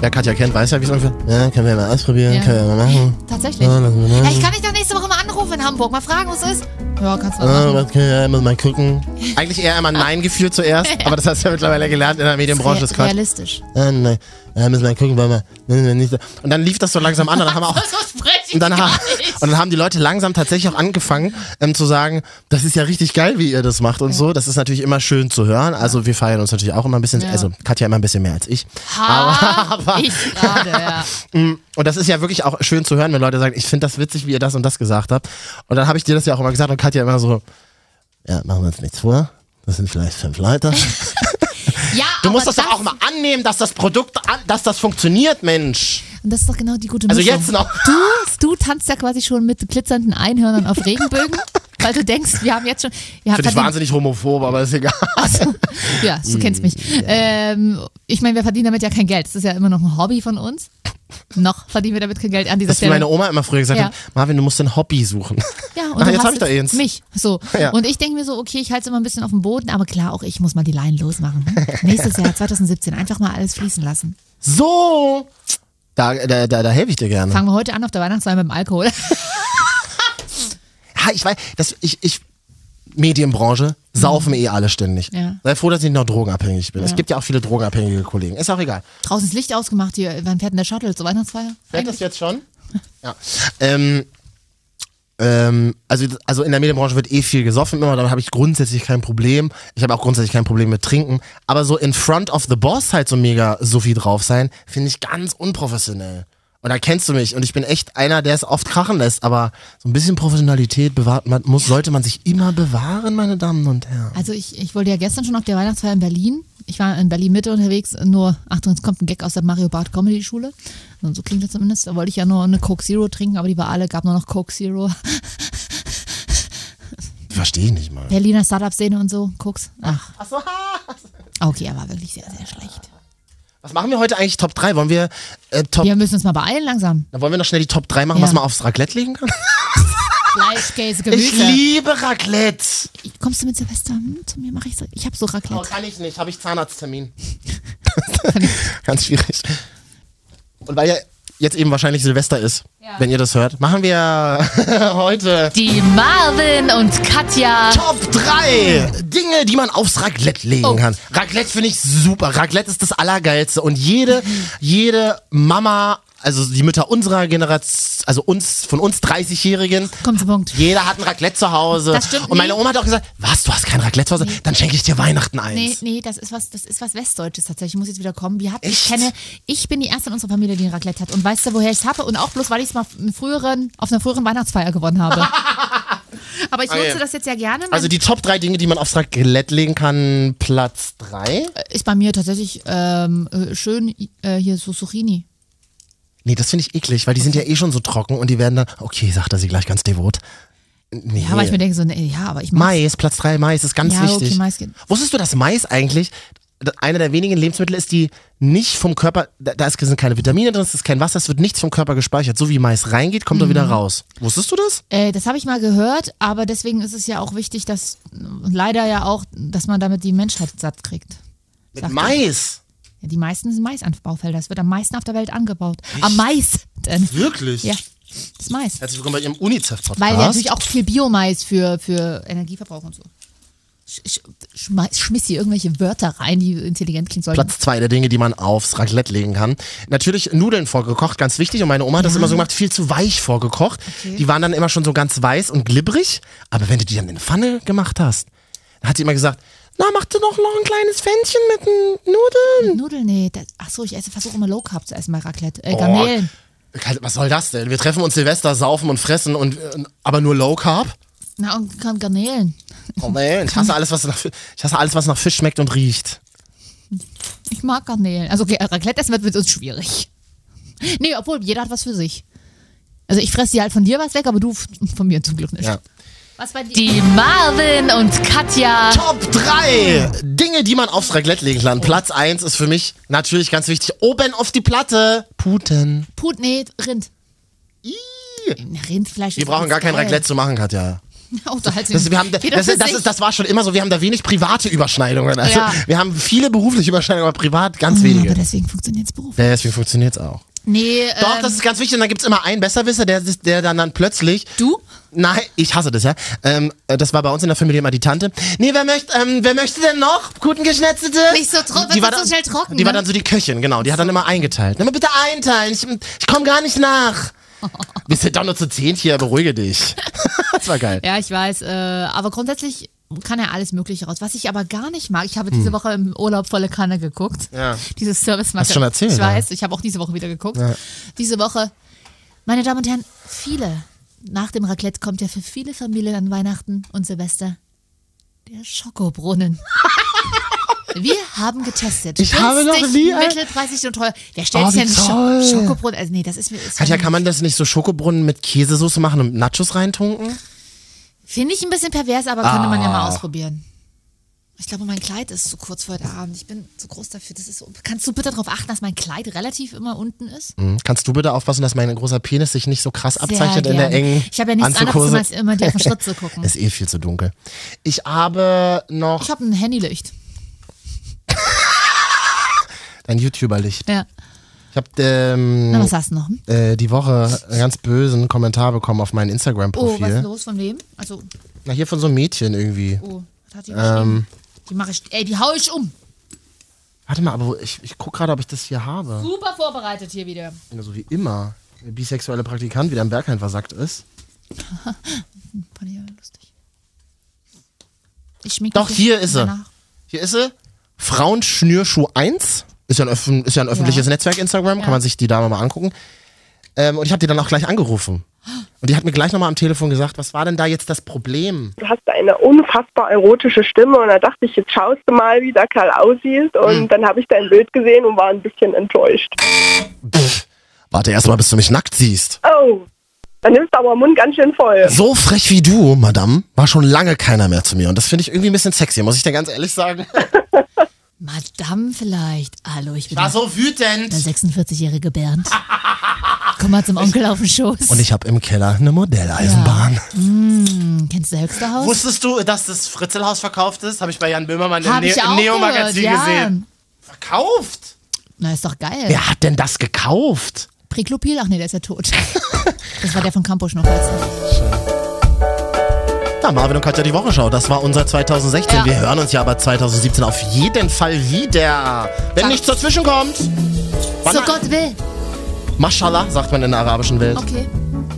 S1: Wer Katja kennt, weiß ja, wie es ungefähr. Ja, können wir mal ausprobieren,
S2: Ja.
S1: können wir mal machen.
S2: Tatsächlich.
S1: Ja, lassen wir mal.
S2: Ey, ich kann dich doch nächste Woche mal anrufen in Hamburg, mal fragen, was ist. Ja, kannst du mal
S1: Ah,
S2: machen.
S1: was können wir immer mal gucken. Eigentlich eher immer Nein gefühlt zuerst, aber das hast du ja mittlerweile gelernt in der Medienbranche. Ist
S2: Re-
S1: Quatsch.
S2: realistisch.
S1: Ah, nein, ja, müssen wir mal gucken, weil wir, müssen wir nicht. so- Und dann lief das so langsam an, und dann haben wir auch.
S2: So spreche ich
S1: Und dann,
S2: gar
S1: ha-
S2: nicht.
S1: und dann haben die Leute langsam tatsächlich auch angefangen ähm, zu sagen, das ist ja richtig geil, wie ihr das macht und so. Das ist natürlich immer schön zu hören. Also wir feiern uns natürlich auch immer ein bisschen,
S2: Ja.
S1: also Katja immer ein bisschen mehr als ich.
S2: Ha, ich gerade, ja.
S1: Mm, Und das ist ja wirklich auch schön zu hören, wenn Leute sagen, ich finde das witzig, wie ihr das und das gesagt habt. Und dann habe ich dir das ja auch immer gesagt und Katja immer so, ja, machen wir uns nichts vor. Das sind vielleicht fünf Leute.
S2: ja
S1: Du musst
S2: aber
S1: das doch auch mal annehmen, dass das Produkt, an, dass das funktioniert, Mensch.
S2: Und das ist doch genau die gute
S1: Also
S2: Mischung.
S1: jetzt noch.
S2: Du, du tanzt ja quasi schon mit glitzernden Einhörnern auf Regenbögen, weil du denkst, wir haben jetzt schon... Wir haben
S1: Finde ich Mhm. wahnsinnig homophob, aber ist egal.
S2: Also, ja, du kennst mich. Ähm, ich meine, wir verdienen damit ja kein Geld. Das ist ja immer noch ein Hobby von uns. Noch verdienen wir damit kein Geld an dieser
S1: Das ist wie
S2: Stelle.
S1: meine Oma immer früher gesagt
S2: Ja.
S1: hat, Marvin, du musst ein Hobby suchen.
S2: ja, und
S1: Ach,
S2: du
S1: jetzt
S2: hast
S1: habe ich da eh eins.
S2: Mich, so.
S1: Ja.
S2: Und ich denke mir so, okay, ich halte es immer ein bisschen auf dem Boden, aber klar, auch ich muss mal die Laien losmachen. ne? Nächstes Jahr, 2017, einfach mal alles fließen lassen.
S1: So, da, da, da, da helfe ich dir gerne.
S2: Fangen wir heute an auf der Weihnachtsfeier mit dem Alkohol.
S1: Ha, ich weiß, das, ich, ich, Medienbranche, saufen eh alle ständig.
S2: Ja.
S1: Sei froh, dass ich noch drogenabhängig bin. Es gibt ja auch viele drogenabhängige Kollegen. Ist auch egal.
S2: Draußen ist Licht ausgemacht hier. Wann fährt denn der Shuttle zur Weihnachtsfeier?
S1: Fährt das jetzt schon? Ja. Ähm, ähm, also, also in der Medienbranche wird eh viel gesoffen immer, damit habe ich grundsätzlich kein Problem. Ich habe auch grundsätzlich kein Problem mit Trinken. Aber so in front of the boss halt so mega so viel drauf sein, finde ich ganz unprofessionell. Und da kennst du mich und ich bin echt einer, der es oft krachen lässt, aber so ein bisschen Professionalität bewahrt man muss, sollte man sich immer bewahren, meine Damen und Herren.
S2: Also ich, ich wollte ja gestern schon auf der Weihnachtsfeier in Berlin. Ich war in Berlin Mitte unterwegs, nur, Achtung, jetzt kommt ein Gag aus der Mario Barth Comedy Schule. Und so klingt das zumindest. Da wollte ich ja nur eine Coke Zero trinken, aber die war alle, gab nur noch Coke Zero.
S1: Verstehe ich nicht mal.
S2: Berliner Startup-Szene und so, Koks. Ach. Okay, er war wirklich sehr, sehr schlecht.
S1: Was machen wir heute eigentlich Top 3? Wollen wir äh, Top
S2: Wir müssen uns mal beeilen langsam.
S1: Dann wollen wir noch schnell die Top 3 machen,
S2: Ja.
S1: was man aufs Raclette legen kann?
S2: Fleisch, Käse,
S1: Ich
S2: Gemüse.
S1: liebe Raclette.
S2: Kommst du mit Silvester? Hm, zu mir mache ich so. Ich habe so
S1: Oh,
S2: Raclette.
S1: kann ich nicht, habe ich Zahnarzttermin. Oh. Ganz schwierig. Und weil ja jetzt eben wahrscheinlich Silvester ist, wenn ihr das hört, machen wir heute
S2: Die Marvin und Katja.
S1: Top 3 Dinge, die man aufs Raclette legen
S2: Oh.
S1: kann. Raclette finde ich super. Raclette ist das Allergeilste. Und jede, jede Mama, also die Mütter unserer Generation, also uns, von uns 30-Jährigen,
S2: Komm zum Punkt.
S1: Jeder hat ein Raclette zu Hause.
S2: Das stimmt
S1: Und meine
S2: nicht.
S1: Oma hat auch gesagt, was, du hast kein Raclette zu Hause? Dann schenke ich dir Weihnachten
S2: Nee,
S1: eins.
S2: nee, das ist was, das ist was Westdeutsches tatsächlich. Ich muss jetzt wieder kommen. Wir hatten, ich
S1: Echt?
S2: kenne, ich bin die erste in unserer Familie, die ein Raclette hat. Und weißt du, woher ich es habe? Und auch bloß, weil ich es mal im früheren, auf einer früheren Weihnachtsfeier gewonnen habe. Aber ich nutze
S1: Okay.
S2: das jetzt ja gerne. Mein-
S1: Ah, Also die Top 3 Dinge, die man aufs Raclette legen kann, Platz 3.
S2: ist bei mir tatsächlich ähm, äh, schön äh, hier so Zucchini.
S1: Nee, das finde ich eklig, weil die sind ja eh schon so trocken und die werden dann, okay, sagt er sie gleich ganz devot. Nee.
S2: Ja, weil ich mir denke so, nee, ja, aber ich mag
S1: Mais, Platz 3, Mais ist ganz
S2: Ja, okay,
S1: wichtig.
S2: Mais geht-
S1: Wusstest du, dass Mais eigentlich d- einer der wenigen Lebensmittel ist, die nicht vom Körper, da, da ist- sind keine Vitamine drin, es ist kein Wasser, es wird nichts vom Körper gespeichert. So wie Mais reingeht, kommt er wieder
S2: Mhm.
S1: raus. Wusstest du das?
S2: Äh, das habe ich mal gehört, aber deswegen ist es ja auch wichtig, dass äh, leider ja auch, dass man damit die Menschheit satt kriegt.
S1: Mit
S2: Sagt er.
S1: Mais.
S2: Ja, die meisten sind Maisanbaufelder. Es wird am meisten auf der Welt angebaut. Am meisten.
S1: Wirklich?
S2: Ja, das ist Mais.
S1: Herzlich willkommen bei Ihrem UNICEF-Podcast.
S2: Weil ja natürlich auch viel Biomais für, für Energieverbrauch und so. Sch sch schmeiß- schmiss hier irgendwelche Wörter rein, die intelligent klingen sollten.
S1: Platz zwei der Dinge, die man aufs Raclette legen kann. Natürlich Nudeln vorgekocht, ganz wichtig. Und meine Oma hat das immer so gemacht, viel zu weich vorgekocht. Die waren dann immer schon so ganz weiß und glibberig. Aber wenn du die dann in eine Pfanne gemacht hast, Dann hat sie immer gesagt, na, mach dir doch noch ein kleines Fännchen mit den Nudeln.
S2: Nudeln, nee. Das, ach so, ich esse, versuche immer Low Carb zu essen bei Raclette. Äh, Garnelen.
S1: Keine- Oh, Was soll das denn? Wir treffen uns Silvester, saufen und fressen und äh, aber nur Low Carb?
S2: Na, und Gar- Garnelen.
S1: Oh nee, ich hasse alles, was nach, ich hasse alles, was nach Fisch schmeckt und riecht.
S2: Ich mag Garnelen. Also okay, Raclette essen wird mit uns schwierig. Nee, obwohl, jeder hat was für sich. Also ich fresse dir halt von dir was weg, aber du f- von mir zum Glück nicht.
S1: Ja.
S2: Was war die? Die Marvin und Katja.
S1: Top 3 Dinge, die man aufs Raclette legen kann. Platz 1 ist für mich natürlich ganz wichtig. Oben auf die Platte. Puten.
S2: Put, nee, Rind. Rindfleisch
S1: Wir
S2: ist
S1: brauchen gar kein
S2: geil.
S1: Raclette zu machen, Katja.
S2: Oh, da halt
S1: Das, wir haben, das,
S2: Jeder
S1: das,
S2: für
S1: das,
S2: sich.
S1: ist, das war schon immer so. Wir haben da wenig private Überschneidungen. Also,
S2: Ja. Mhm.
S1: Wir haben viele berufliche Überschneidungen, aber privat ganz
S2: Aber
S1: wenige.
S2: deswegen funktioniert es beruflich.
S1: Deswegen funktioniert es auch.
S2: Nee,
S1: Doch,
S2: ähm,
S1: das ist ganz wichtig. Und dann gibt es immer einen Besserwisser, der, der dann, dann plötzlich.
S2: Du?
S1: Nein, ich hasse das, ja. Ähm, äh, das war bei uns in der Familie immer die Tante. Nee, wer möchte, ähm, wer möchte denn noch? Guten Geschnetzte?
S2: Nicht so tro- was ist so schnell trocken,
S1: Die war
S2: ne?
S1: dann so die Köchin, genau. Die hat dann immer eingeteilt. Nimm mal bitte einteilen. Ich, ich komme gar nicht nach. Wir sind doch nur zu zehn hier, beruhige dich. das war geil.
S2: Ja, ich weiß. Äh, aber grundsätzlich kann ja alles Mögliche raus. Was ich aber gar nicht mag, ich habe diese Woche im Urlaub volle Kanne geguckt.
S1: Hm. Ja.
S2: Dieses service
S1: Hast du schon erzählt,
S2: Ich
S1: ja.
S2: weiß, ich habe auch diese Woche wieder geguckt. Diese Woche, meine Damen und Herren, viele. Nach dem Raclette kommt ja für viele Familien an Weihnachten und Silvester der Schokobrunnen. Wir haben getestet.
S1: Ich habe noch
S2: Günstig,
S1: nie ein-
S2: mittelpreisig und teuer. Wer stellt
S1: Oh,
S2: sich denn
S1: wie
S2: Scho
S1: toll.
S2: Schokobrunnen? Also nee, das ist mir. Ist
S1: Katja, kann man das nicht so Schokobrunnen mit Käsesoße machen und Nachos reintunken?
S2: Finde ich ein bisschen pervers, aber könnte man ja
S1: Ah.
S2: mal ausprobieren. Ich glaube, mein Kleid ist zu kurz für heute Abend. Ich bin zu groß dafür. Das ist so. Kannst du bitte darauf achten, dass mein Kleid relativ immer unten ist?
S1: Hm? Kannst du bitte aufpassen, dass mein großer Penis sich nicht so krass abzeichnet in der
S2: gerne.
S1: engen
S2: Ich habe ja nichts anderes zu tun,
S1: Anzughose?
S2: als immer dir auf den Schritt zu gucken.
S1: Ist eh viel zu dunkel. Ich habe noch
S2: Ich habe ein Handylicht.
S1: ein YouTuberlicht.
S2: Ja.
S1: Ich habe ähm,
S2: Na, was hast du noch? Hm?
S1: äh, die Woche einen ganz bösen Kommentar bekommen auf mein
S2: Oh, was ist
S1: Instagram-Profil.
S2: los? Von wem? Also,
S1: Na, hier von so einem Mädchen irgendwie.
S2: oh, was hat die
S1: Ähm.
S2: geschrieben? Die mache ich. Ey, die hau ich um.
S1: Warte mal, aber wo- ich, ich gucke gerade, ob ich das hier habe.
S2: Super vorbereitet hier wieder.
S1: Also wie immer, der bisexuelle Praktikant wieder im Bergheim versackt ist.
S2: Fand ich ja lustig. Ich schmink
S1: Doch,
S2: mich
S1: hier ist sie.
S2: danach.
S1: Hier ist sie. Frauenschnürschuh 1. Ist ja ein, öffn ist ja ein öffentliches
S2: Ja.
S1: Netzwerk Instagram, kann man sich die Dame mal angucken. Ähm, und ich habe die dann auch gleich angerufen. Und die hat mir gleich nochmal am Telefon gesagt, was war denn da jetzt das Problem?
S5: du hast eine unfassbar erotische Stimme und da dachte ich, jetzt schaust du mal, wie der Kerl aussieht und dann habe ich dein Bild gesehen und war ein bisschen enttäuscht.
S1: Warte erst mal, bis du mich nackt siehst.
S5: Oh, dann ist aber Mund ganz schön voll.
S1: So frech wie du, Madame, war schon lange keiner mehr zu mir. Und das finde ich irgendwie ein bisschen sexy, muss ich dir ganz ehrlich sagen.
S2: Madame vielleicht. Hallo, ich bin
S1: War so
S2: Der
S1: wütend.
S2: 46-jährige Bernd. Komm mal zum Onkel auf den Schoß.
S1: Und ich habe im Keller eine Modelleisenbahn.
S2: Kennst du Höchsterhaus?
S1: Wusstest du, dass das Fritzelhaus verkauft ist? Habe ich bei Jan Böhmermann
S2: Hab ich auch gehört, ja.
S1: Verkauft?
S2: Na, ist doch geil. Ja.
S1: Wer hat denn das gekauft?
S2: Priklopil, ach nee, der ist ja tot. das war der von Campo Schnurrwalzen.
S1: Ja, Marvin und Katja die Wochenschau. Das war unser 2016.
S2: Ja.
S1: Wir hören uns ja aber 2017 auf jeden Fall wieder. Wenn
S2: Ja.
S1: nichts dazwischen kommt.
S2: So
S1: Banane-
S2: Gott will.
S1: Mashallah, sagt man in der arabischen Welt.
S2: Okay.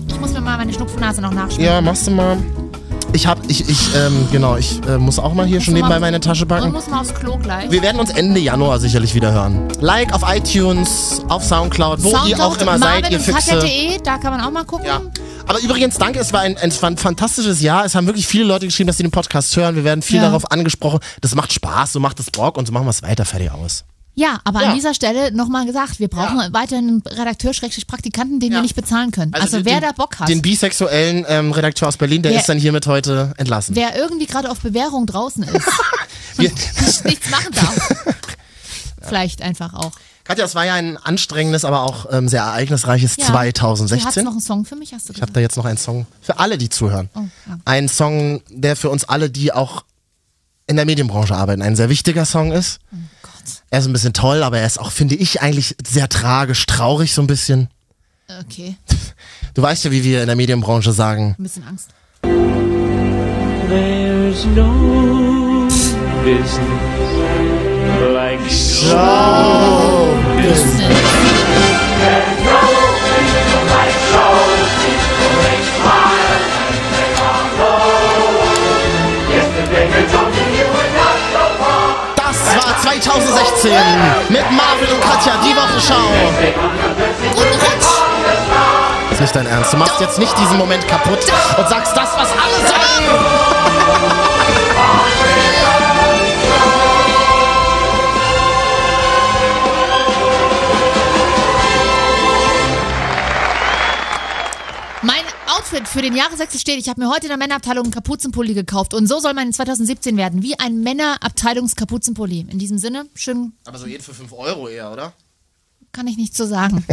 S2: Ich muss mir mal meine Schnupfnase noch nachschmieren.
S1: Ja, machst du mal. Ich hab, ich, ich, ähm, genau, ich äh, muss auch mal hier schon nebenbei meine Tasche
S2: Und
S1: packen.
S2: muss mal aufs Klo gleich.
S1: Wir werden uns Ende Januar sicherlich wieder hören. Like auf iTunes, auf Soundcloud, wo ihr auch immer seid, ihr
S2: Marvin und
S1: Füchse.
S2: Katja.de, da kann man auch mal gucken.
S1: Ja. Aber übrigens, danke, es war ein, ein fan- fantastisches Jahr. Es haben wirklich viele Leute geschrieben, dass sie den Podcast hören. Wir werden viel
S2: Ja.
S1: darauf angesprochen. Das macht Spaß, so macht es Bock und so machen wir es weiter, fertig aus.
S2: Ja, aber
S1: Ja.
S2: an dieser Stelle nochmal gesagt, wir brauchen weiterhin einen Redakteur-Praktikanten, den wir
S1: Ja.
S2: nicht bezahlen können. Also,
S1: den-
S2: wer
S1: den,
S2: da Bock hat.
S1: Den bisexuellen ähm, Redakteur aus Berlin, der
S2: Wer-
S1: ist dann hiermit heute entlassen.
S2: Wer irgendwie gerade auf Bewährung draußen ist
S1: Wir,
S2: und nichts machen darf. Vielleicht einfach auch.
S1: Katja, es war ja ein anstrengendes, aber auch ähm, sehr ereignisreiches
S2: Ja. Du hast
S1: 2016.
S2: noch einen Song für mich, hast du
S1: Ich habe
S2: gesagt?
S1: da jetzt noch einen Song für alle, die zuhören.
S2: ja.
S1: Ein Song, der für uns alle, die auch in der Medienbranche arbeiten, ein sehr wichtiger Song ist.
S2: Oh Gott.
S1: Er ist ein bisschen toll, aber er ist auch, finde ich, eigentlich sehr tragisch, traurig so ein bisschen.
S2: Okay,
S1: Du weißt ja, wie wir in der Medienbranche sagen.
S2: ein bisschen Angst.
S6: There's no business like
S7: Yesterday, it's only
S1: 14 mit Marvin und Katja, die Wochenschau.
S2: Guten Rutsch!
S1: Ist nicht dein Ernst. Du machst jetzt nicht diesen Moment kaputt und sagst das, was alle sagen.
S2: Mein Outfit für den Jahreswechsel steht. Ich habe mir heute in der Männerabteilung einen Kapuzenpulli gekauft. Und so soll mein 2017 werden. Wie ein Männerabteilungskapuzenpulli. In diesem Sinne, schön
S1: Aber so jeden für 5 Euro eher, oder?
S2: kann ich nichts so sagen.